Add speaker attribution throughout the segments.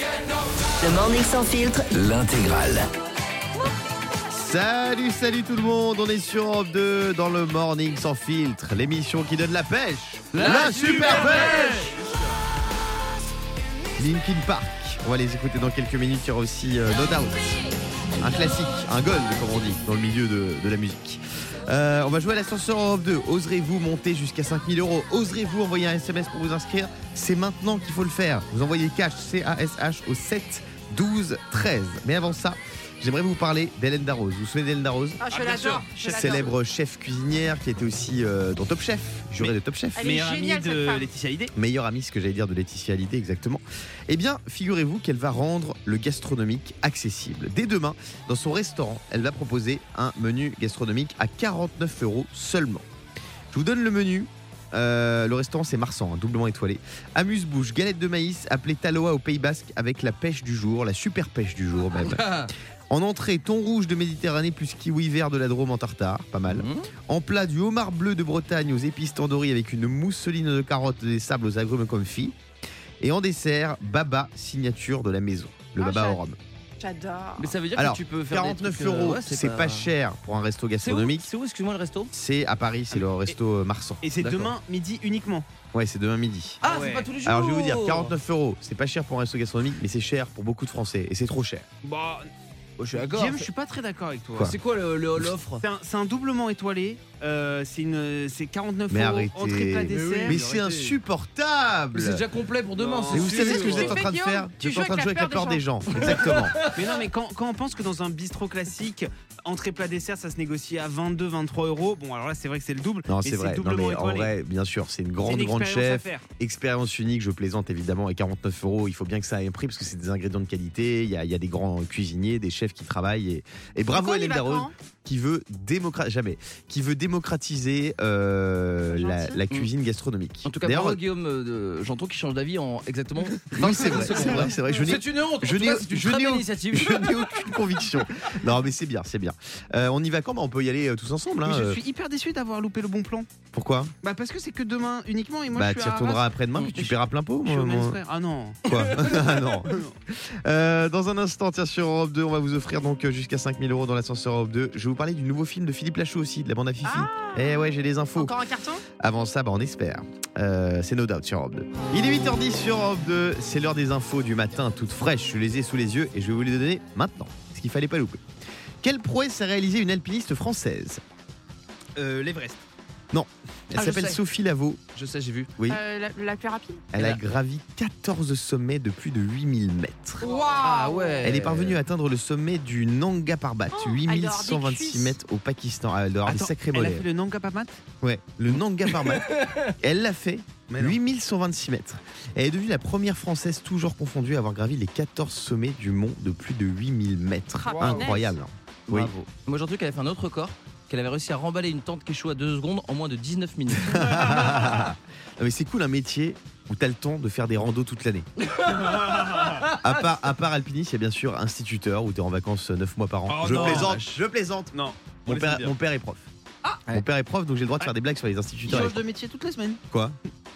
Speaker 1: Le Morning Sans Filtre,
Speaker 2: L'intégrale.
Speaker 3: Salut, salut tout le monde, on est sur Europe 2 dans le Morning Sans Filtre, l'émission qui donne la pêche. La, super pêche Linkin Park, on va les écouter dans quelques minutes, il y aura aussi euh, No Doubt, un classique, un gold comme on dit, dans le milieu de, de la musique. Euh, on va jouer à l'ascenseur Europe 2, oserez-vous monter jusqu'à 5000 euros, oserez-vous envoyer un SMS pour vous inscrire, c'est maintenant qu'il faut le faire. Vous envoyez cash, C-A-S-H au 7 12 13. Mais avant ça, j'aimerais vous parler d'Hélène Darroze. Vous vous souvenez d'Hélène Darroze
Speaker 4: Ah, je l'adore. je l'adore.
Speaker 3: célèbre chef cuisinière qui était aussi euh, dans Top Chef, juré
Speaker 5: Mais-
Speaker 3: de Top Chef.
Speaker 4: Elle est
Speaker 5: meilleure amie
Speaker 4: géniale, cette
Speaker 5: de
Speaker 4: femme.
Speaker 5: Laetitia Hallyday.
Speaker 3: Meilleure amie, ce que j'allais dire de Laetitia Hallyday exactement. Eh bien, figurez-vous qu'elle va rendre le gastronomique accessible. Dès demain, dans son restaurant, elle va proposer un menu gastronomique à 49 euros seulement. Je vous donne le menu. Euh, le restaurant c'est Marsan, hein, doublement étoilé. Amuse-bouche, galette de maïs, appelée taloa au Pays Basque avec la pêche du jour, la super pêche du jour même. En entrée, thon rouge de Méditerranée plus kiwi vert de la Drôme en tartare, pas mal. En plat, du homard bleu de Bretagne aux épices tandoori avec une mousseline de carottes des sables aux agrumes confits. Et en dessert, baba, signature de la maison. Le
Speaker 4: Ah,
Speaker 3: baba au
Speaker 4: j'adore.
Speaker 3: rhum.
Speaker 4: J'adore.
Speaker 5: Mais ça veut dire
Speaker 3: Alors,
Speaker 5: que tu peux faire des
Speaker 3: 49
Speaker 5: trucs, euh,
Speaker 3: euros,
Speaker 5: ouais,
Speaker 3: c'est pas... cher pour un resto
Speaker 5: C'est où,
Speaker 3: gastronomique.
Speaker 5: c'est où, excuse-moi, le resto
Speaker 3: C'est à Paris, c'est le resto euh, Marsan.
Speaker 5: Et c'est
Speaker 6: D'accord.
Speaker 5: demain midi uniquement.
Speaker 3: Ouais, c'est demain midi.
Speaker 5: Ah,
Speaker 6: Ouais.
Speaker 5: c'est pas tous les jours.
Speaker 3: Alors je vais vous dire, 49 euros, c'est pas cher pour un resto gastronomique, mais c'est cher pour beaucoup de Français et c'est trop cher.
Speaker 5: Bah,
Speaker 6: Bon, je suis d'accord.
Speaker 5: Guillaume, je suis pas très d'accord avec toi.
Speaker 3: Quoi
Speaker 6: C'est quoi le- le- l'offre
Speaker 5: C'est un, c'est un doublement étoilé. euh, c'est une, c'est 49
Speaker 3: Mais
Speaker 5: euros.
Speaker 3: arrêtez.
Speaker 5: Entrée plat
Speaker 3: Mais
Speaker 5: dessert.
Speaker 6: oui.
Speaker 3: Mais
Speaker 6: mais
Speaker 3: c'est
Speaker 6: arrêtez.
Speaker 3: insupportable.
Speaker 6: Mais C'est déjà complet pour
Speaker 5: Non.
Speaker 6: demain. c'est
Speaker 3: Mais vous
Speaker 6: sûr.
Speaker 3: savez ce que
Speaker 4: Tu
Speaker 3: vous êtes en
Speaker 4: fais,
Speaker 3: train de faire
Speaker 4: Guillaume,
Speaker 3: Vous
Speaker 4: tu
Speaker 3: êtes en
Speaker 4: joues
Speaker 3: train de jouer avec la peur des gens. Exactement.
Speaker 5: Mais non, mais quand, quand on pense que dans un bistrot classique, entrée plat dessert, ça se négocie à 22, 23 euros. Bon, alors là, c'est vrai que c'est le double.
Speaker 3: Non,
Speaker 5: mais
Speaker 3: c'est vrai. Non,
Speaker 5: doublement
Speaker 3: mais en
Speaker 5: étoilé.
Speaker 3: vrai, bien sûr, c'est une
Speaker 5: C'est
Speaker 3: grande,
Speaker 5: une
Speaker 3: grande
Speaker 5: expérience à
Speaker 3: chef.
Speaker 5: faire.
Speaker 3: Expérience unique, je plaisante évidemment. Et 49 euros, il faut bien que ça ait un prix parce que c'est des ingrédients de qualité. Il y a, il y a des grands cuisiniers, des chefs qui travaillent. Et, et
Speaker 4: Quand
Speaker 3: bravo
Speaker 4: on y
Speaker 3: Hélène
Speaker 4: va
Speaker 3: Darroze
Speaker 4: quand
Speaker 3: qui veut démocratiser, jamais, qui veut démocratiser euh,
Speaker 4: C'est
Speaker 3: la,
Speaker 4: gentil.
Speaker 5: Mm.
Speaker 3: la cuisine gastronomique.
Speaker 6: En tout cas,
Speaker 3: D'ailleurs,
Speaker 6: bravo Guillaume euh, de Janton qui change d'avis en exactement.
Speaker 3: oui, c'est vrai, c'est
Speaker 5: hein.
Speaker 3: vrai, c'est vrai. Je n'ai
Speaker 6: C'est une honte.
Speaker 3: je
Speaker 6: En tout
Speaker 3: n'ai-
Speaker 6: cas, c'est une
Speaker 3: je
Speaker 6: très
Speaker 3: n'ai-
Speaker 6: belle initiative.
Speaker 3: je n'ai aucune conviction. Non, mais c'est bien, c'est bien. Euh, on y va quand Bah, On peut y aller euh, tous ensemble. hein,
Speaker 5: Mais
Speaker 3: euh,
Speaker 5: je suis hyper déçu d'avoir loupé le bon plan.
Speaker 3: Pourquoi
Speaker 5: Bah, parce que c'est que demain uniquement. Et moi,
Speaker 3: Bah,
Speaker 5: je
Speaker 3: tu
Speaker 5: suis à
Speaker 3: retourneras après-demain,
Speaker 6: Mm.
Speaker 3: puis tu
Speaker 5: Je-
Speaker 3: paieras plein pot.
Speaker 5: Arras, je suis au
Speaker 3: moi, moi.
Speaker 5: Men's Frère. Ah non.
Speaker 3: Quoi Ah, non. Euh, dans un instant, tiens, sur Europe 2, on va vous offrir donc euh, jusqu'à 5000 euros dans l'ascenseur Europe 2. Je vais vous parler du nouveau film de Philippe Lachaud aussi, de la bande à Fifi.
Speaker 4: Ah
Speaker 3: Eh ouais, j'ai des infos.
Speaker 4: Encore un carton
Speaker 3: Avant ça, bah, on espère. Euh, c'est No Doubt sur Europe 2. Il est 8h10 sur Europe 2. C'est l'heure des infos du matin, toutes fraîches. Je les ai sous les yeux et je vais vous les donner maintenant. Ce qu'il fallait pas louper. Quelle prouesse a réalisé une alpiniste française
Speaker 5: Euh, L'Everest.
Speaker 3: Elle
Speaker 6: Ah, je
Speaker 3: s'appelle
Speaker 6: sais.
Speaker 3: Sophie Lavaux.
Speaker 6: Je sais, j'ai vu.
Speaker 3: Oui.
Speaker 4: Euh, la, la plus rapide
Speaker 3: Elle
Speaker 6: Elle
Speaker 3: a
Speaker 6: a-
Speaker 3: gravi 14 sommets de plus de 8000 mètres.
Speaker 4: Waouh
Speaker 6: Ah ouais.
Speaker 3: Elle est parvenue à atteindre le sommet du Nanga Parbat,
Speaker 4: Oh, elle doit avoir des
Speaker 3: 8126
Speaker 4: cuisses.
Speaker 3: mètres au Pakistan. Ah, elle doit avoir des
Speaker 5: Attends,
Speaker 3: sacrés
Speaker 5: Elle a
Speaker 3: mollets.
Speaker 5: fait le Nanga Parbat
Speaker 3: Ouais, le Nanga Parbat. elle l'a fait,
Speaker 5: non.
Speaker 3: 8126 mètres. Elle est devenue la première française, toujours confondue, à avoir gravi les 14 sommets du mont de plus de 8000 mètres.
Speaker 4: Ah, punaise.
Speaker 3: Incroyable. Oui.
Speaker 6: Bravo. Moi, j'ai entendu qu'elle a fait un autre record, qu'elle avait réussi à remballer une tente qui échoue à 2 secondes en moins de 19 minutes.
Speaker 3: Non, Ah, mais c'est cool un métier où t'as le temps de faire des randos toute l'année. à, part, à part alpiniste, il y a bien sûr instituteur où t'es en vacances 9 mois par an.
Speaker 5: Oh
Speaker 3: je
Speaker 5: non.
Speaker 3: plaisante, je plaisante.
Speaker 5: Non.
Speaker 3: Mon
Speaker 5: laisse
Speaker 3: père,
Speaker 5: dire.
Speaker 3: mon père est prof.
Speaker 6: Ouais.
Speaker 3: Mon père est prof, donc j'ai le droit de faire des blagues sur les instituteurs. et les
Speaker 5: de métier toute la semaine.
Speaker 3: Quoi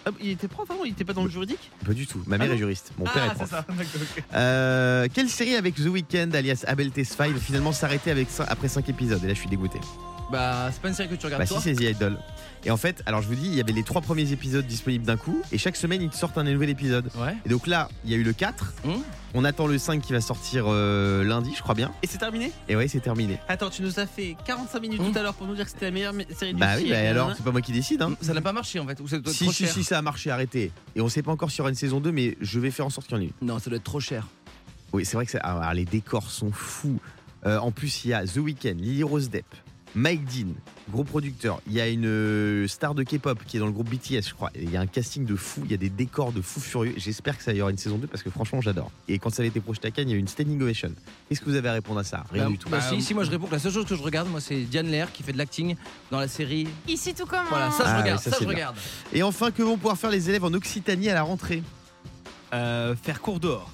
Speaker 5: Ah, Il était prof avant, il était pas dans le juridique
Speaker 3: Pas du tout. Ma mère
Speaker 5: Ah
Speaker 3: est
Speaker 5: bon
Speaker 3: juriste. Mon père est prof.
Speaker 5: ça.
Speaker 3: Euh, quelle série avec The Weeknd alias Abel Tesfaye va finalement s'arrêter avec cin- après 5 épisodes Et là, je suis dégoûté.
Speaker 6: bah, c'est pas une série que tu regardes
Speaker 3: Bah, si,
Speaker 6: toi.
Speaker 3: c'est The Idol. Et en fait, alors je vous dis, il y avait les 3 premiers épisodes disponibles d'un coup. Et chaque semaine, ils te sortent un nouvel épisode.
Speaker 6: ouais.
Speaker 3: Et donc là, il y a eu le 4.
Speaker 6: Hum.
Speaker 3: On attend le 5 qui va sortir euh, lundi, je crois bien.
Speaker 5: Et c'est terminé
Speaker 3: Et ouais, c'est terminé.
Speaker 5: Attends, tu nous as fait 45 minutes
Speaker 6: Mmh.
Speaker 5: tout à l'heure pour nous dire que c'était la meilleure mé- série du
Speaker 3: Bah oui,
Speaker 5: siècle,
Speaker 3: bah
Speaker 5: et
Speaker 3: alors,
Speaker 5: nanana.
Speaker 3: c'est pas moi qui décide. Hein.
Speaker 6: Ça n'a pas marché en fait. Ou ça doit être
Speaker 3: Si,
Speaker 6: trop
Speaker 3: si,
Speaker 6: cher.
Speaker 3: si, ça a marché, arrêté. Et on sait pas encore s'il y aura une saison 2, mais je vais faire en sorte qu'il y en ait une.
Speaker 6: Non, ça doit être trop cher.
Speaker 3: Oui, c'est vrai que c'est- ah, alors, les décors sont fous. Euh, en plus, il y a The Weeknd, Lily Rose Depp, Mike Dean, gros producteur. Il y a une euh, star de K-pop qui est dans le groupe BTS, je crois. Et Il y a un casting de fou, il y a des décors de fou furieux. J'espère que ça y aura une saison 2 parce que franchement, j'adore. Et quand ça avait été projeté à Cannes, il y a eu une standing ovation. Qu'est-ce que vous avez à répondre à ça Rien
Speaker 6: Bah,
Speaker 3: du tout.
Speaker 6: bah, si, si, moi je réponds que la seule chose que je regarde, moi, c'est Diane Lair qui fait de l'acting dans la série.
Speaker 4: Ici tout comme
Speaker 6: Voilà, ça je
Speaker 3: Ah oui,
Speaker 6: regarde.
Speaker 3: ça,
Speaker 6: Ça,
Speaker 3: c'est
Speaker 6: je
Speaker 3: bien.
Speaker 6: regarde.
Speaker 3: Et enfin, que vont pouvoir faire les élèves en Occitanie à la rentrée
Speaker 5: Euh, faire cours dehors.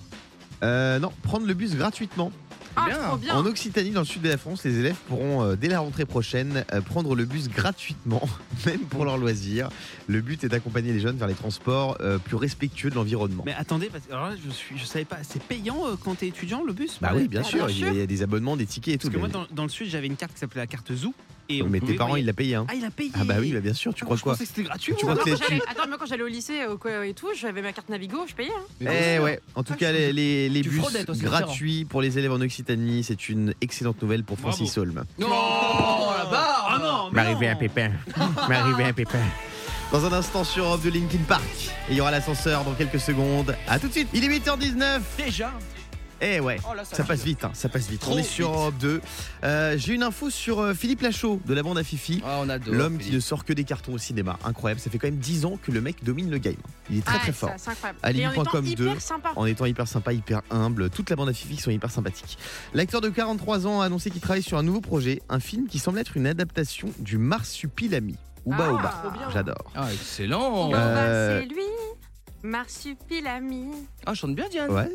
Speaker 3: Euh, Non, prendre le bus gratuitement.
Speaker 4: Ah,
Speaker 6: Bien.
Speaker 4: trop bien.
Speaker 3: En Occitanie, dans le sud de la France, les élèves pourront, euh, dès la rentrée prochaine, euh, prendre le bus gratuitement, même pour leurs loisirs. Le but est d'accompagner les jeunes vers les transports euh, plus respectueux de l'environnement.
Speaker 5: Mais attendez, parce que alors là, je suis, je savais pas, c'est payant euh, quand t'es étudiant le bus
Speaker 3: Bah oui, bien
Speaker 4: Ah,
Speaker 3: sûr,
Speaker 4: bien
Speaker 3: il y a- il y a des abonnements, des tickets et tout.
Speaker 5: Parce que moi,
Speaker 3: mais-
Speaker 5: dans, dans le sud, j'avais une carte qui s'appelait la carte Zoo. Et on
Speaker 3: mais tes
Speaker 5: pouvait
Speaker 3: parents,
Speaker 5: voyager-
Speaker 3: ils l'ont payé. Hein.
Speaker 5: Ah, il a payé
Speaker 3: Ah bah oui, bah bien sûr, tu
Speaker 5: Ah,
Speaker 3: crois
Speaker 5: je
Speaker 3: quoi
Speaker 5: pensais que c'était gratuit.
Speaker 3: Tu
Speaker 5: moi.
Speaker 3: crois que
Speaker 4: Moi,
Speaker 3: les-
Speaker 4: j'allais- Attends, moi quand j'allais au lycée au quoi, et tout, j'avais ma carte Navigo, je payais. hein.
Speaker 6: Mais comment
Speaker 3: Eh
Speaker 6: ça
Speaker 3: ouais, en tout
Speaker 6: Ah,
Speaker 3: cas,
Speaker 6: je-
Speaker 3: les, les- les
Speaker 6: Tu
Speaker 3: bus
Speaker 6: fraudais, toi, c'est
Speaker 3: gratuits pour les élèves en Occitanie, c'est une excellente nouvelle pour
Speaker 5: Bravo.
Speaker 3: Francis Holm.
Speaker 6: Non, la barre
Speaker 5: Ah non, mais
Speaker 3: M'arriver
Speaker 5: non.
Speaker 3: un pépin. M'arriver un pépin. Dans un instant sur Europe de Linkin Park. Et il y aura l'ascenseur dans quelques secondes. A tout de suite. Il est 8h19.
Speaker 6: Déjà
Speaker 3: Eh ouais.
Speaker 6: Oh là, ça
Speaker 3: Ça
Speaker 6: file.
Speaker 3: passe vite, hein, ça passe vite.
Speaker 6: Trop
Speaker 3: on est sur
Speaker 6: vite.
Speaker 3: Europe 2. Euh, J'ai une info sur euh, Philippe Lachaud de la bande à Fifi.
Speaker 6: Ah, on adore.
Speaker 3: L'homme qui ne
Speaker 6: Philippe.
Speaker 3: sort que des cartons au cinéma. Incroyable. Ça fait quand même 10 ans que le mec domine le game. Il est très
Speaker 4: Ah,
Speaker 3: très
Speaker 4: ouais,
Speaker 3: fort.
Speaker 4: ça, C'est incroyable.
Speaker 3: Ali
Speaker 4: Et en étant
Speaker 3: Point.com deux. Oh.
Speaker 4: hyper sympa.
Speaker 3: en étant hyper sympa, hyper humble. Toute la bande à Fifi qui sont hyper sympathiques. L'acteur de 43 ans a annoncé qu'il travaille sur un nouveau projet, un film qui semble être une adaptation du Marsupilami. Ou
Speaker 4: Ah,
Speaker 3: Baoba.
Speaker 4: trop bien.
Speaker 3: J'adore.
Speaker 6: Ah, excellent
Speaker 4: Bon,
Speaker 3: Euh,
Speaker 4: bah, C'est lui, Marsupilami.
Speaker 6: Ah, je chante bien, Diane.
Speaker 3: Ouais.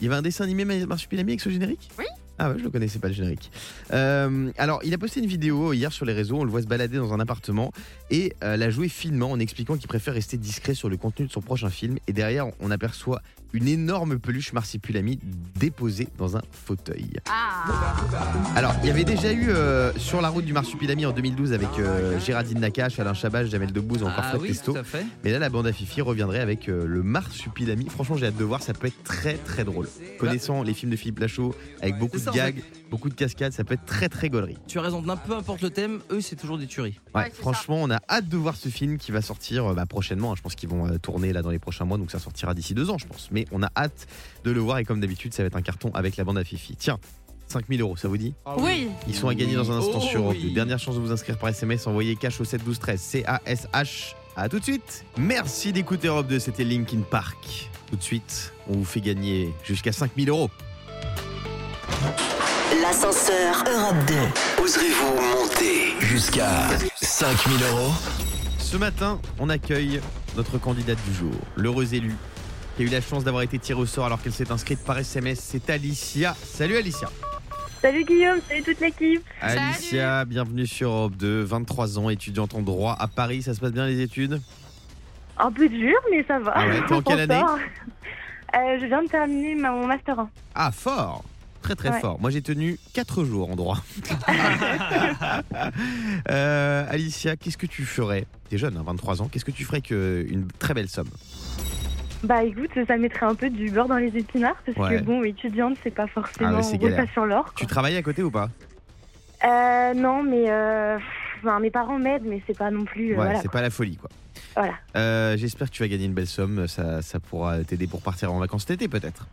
Speaker 3: Il y avait un dessin animé Mar- Marsupilami avec ce générique
Speaker 4: Oui.
Speaker 3: Ah ouais, je le connaissais pas le générique. Euh, alors, il a posté une vidéo hier sur les réseaux, on le voit se balader dans un appartement et euh, la jouer finement en expliquant qu'il préfère rester discret sur le contenu de son prochain film. Et derrière, on aperçoit une énorme peluche Marsupilami déposée dans un fauteuil.
Speaker 4: Ah,
Speaker 3: Alors, il y avait déjà eu euh, sur la route du Marsupilami en 2012 avec euh, Gérardine Nakache, Alain Chabat, Jamel Debbouze, encore
Speaker 6: Ah
Speaker 3: Fred
Speaker 6: oui,
Speaker 3: Testo.
Speaker 6: tout à fait.
Speaker 3: Mais là, la bande à Fifi reviendrait avec euh, le Marsupilami. Franchement, j'ai hâte de voir, ça peut être très très drôle.
Speaker 4: Bah,
Speaker 3: Connaissant les films de Philippe Lachaud, avec beaucoup
Speaker 6: C'est ça,
Speaker 3: de gags, beaucoup de cascades, ça peut être très très gaulerie.
Speaker 6: Tu as raison, peu importe le thème, eux, c'est toujours des tueries.
Speaker 3: Ouais,
Speaker 4: Ouais, c'est ça.
Speaker 3: franchement, on a hâte de voir ce film qui va sortir euh, bah, prochainement. hein. Je pense qu'ils vont euh, tourner là dans les prochains mois, donc ça sortira d'ici deux ans, je pense. Mais on a hâte de le voir et comme d'habitude, ça va être un carton avec la bande à Fifi. Tiens, 5000 euros, ça vous dit
Speaker 4: oui.
Speaker 3: Ils sont à gagner dans un instant
Speaker 6: Oh
Speaker 3: sur Europe
Speaker 6: oui.
Speaker 3: deux. Dernière chance de vous inscrire par SMS, envoyez cash au 7 12 13 C A S H. À tout de suite. Merci d'écouter Europe 2, c'était Linkin Park. Tout de suite, on vous fait gagner jusqu'à 5000 euros.
Speaker 1: L'ascenseur Europe 2.
Speaker 2: Oserez-vous monter jusqu'à 5000 euros
Speaker 3: Ce matin, on accueille notre candidate du jour, l'heureuse élue qui a eu la chance d'avoir été tirée au sort alors qu'elle s'est inscrite par SMS. C'est Alicia. Salut Alicia.
Speaker 7: Salut Guillaume, salut toute l'équipe.
Speaker 4: Salut.
Speaker 3: Alicia, bienvenue sur Europe 2, 23 ans, étudiante en droit à Paris. Ça se passe bien les études
Speaker 7: Un peu dur, mais ça va.
Speaker 3: Ah ouais, t'es en
Speaker 7: On
Speaker 3: quelle
Speaker 7: s'en sort. Euh, Je viens de terminer ma- mon master 1.
Speaker 3: Ah, fort Très très
Speaker 7: Ouais.
Speaker 3: fort. Moi j'ai tenu 4 jours en droit. Euh, Alicia, qu'est-ce que tu ferais T'es jeune, hein, 23 ans. Qu'est-ce que tu ferais qu'une très belle somme
Speaker 7: Bah écoute, ça mettrait un peu du beurre dans les épinards, parce
Speaker 3: Ouais.
Speaker 7: que bon, étudiante, c'est pas
Speaker 3: Ah
Speaker 7: forcément
Speaker 3: ouais, c'est
Speaker 7: on roule
Speaker 3: galère.
Speaker 7: pas sur l'or.
Speaker 3: Tu
Speaker 7: quoi.
Speaker 3: travailles à côté ou pas
Speaker 7: Euh, non, mais euh, pff, ben, mes parents m'aident, mais c'est pas non plus. euh,
Speaker 3: Ouais,
Speaker 7: voilà.
Speaker 3: c'est pas la folie quoi.
Speaker 7: Voilà.
Speaker 3: Euh, J'espère que tu vas gagner une belle somme. Ça, ça pourra t'aider pour partir en vacances cet été peut-être.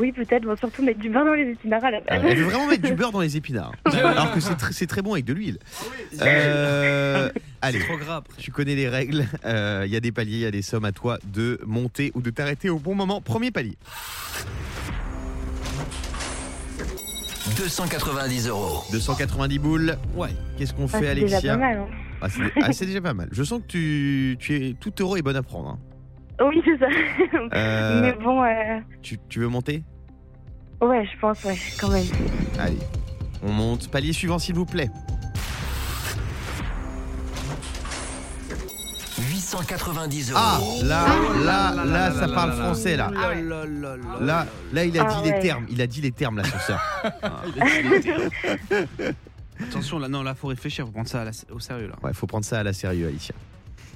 Speaker 7: Oui, peut-être, bon, surtout mettre du beurre dans les épinards à la base.
Speaker 3: On veut vraiment mettre du beurre dans les épinards. Alors que c'est tr- c'est très bon avec de l'huile.
Speaker 6: Ah
Speaker 3: Euh, allez.
Speaker 6: Trop gras après.
Speaker 3: Tu connais les règles, Euh, il y a des paliers, il y a des sommes à toi de monter ou de t'arrêter au bon moment. Premier palier.
Speaker 2: 290 euros.
Speaker 3: 290 boules.
Speaker 6: Ouais.
Speaker 3: Qu'est-ce qu'on
Speaker 7: Ah,
Speaker 3: fait,
Speaker 7: c'est déjà pas
Speaker 3: Alexia
Speaker 7: mal. hein.
Speaker 3: Ah, c'est ah, c'est déjà pas mal. Je sens que tu, tu es tout euro et bonne à prendre. hein.
Speaker 7: Oui, c'est ça.
Speaker 3: Euh,
Speaker 7: Mais bon, euh,
Speaker 3: tu, tu veux monter
Speaker 7: ouais, je pense, ouais, quand même.
Speaker 3: Allez, on monte. Palier suivant, s'il vous plaît.
Speaker 2: 890 euros.
Speaker 3: Ah, là, là, là,
Speaker 6: là, là,
Speaker 3: Ah, ça
Speaker 6: là,
Speaker 3: parle
Speaker 6: là, là.
Speaker 3: français, là.
Speaker 4: Ah ouais.
Speaker 6: Là, là, là,
Speaker 3: Là, là, il a
Speaker 7: Ah
Speaker 3: dit les
Speaker 7: ouais.
Speaker 3: termes. Il a dit les termes, l'ascenseur.
Speaker 5: Attention, là, non, là, faut réfléchir, faut prendre ça à la- au sérieux, là.
Speaker 3: Ouais, faut prendre ça à la sérieux, Alicia.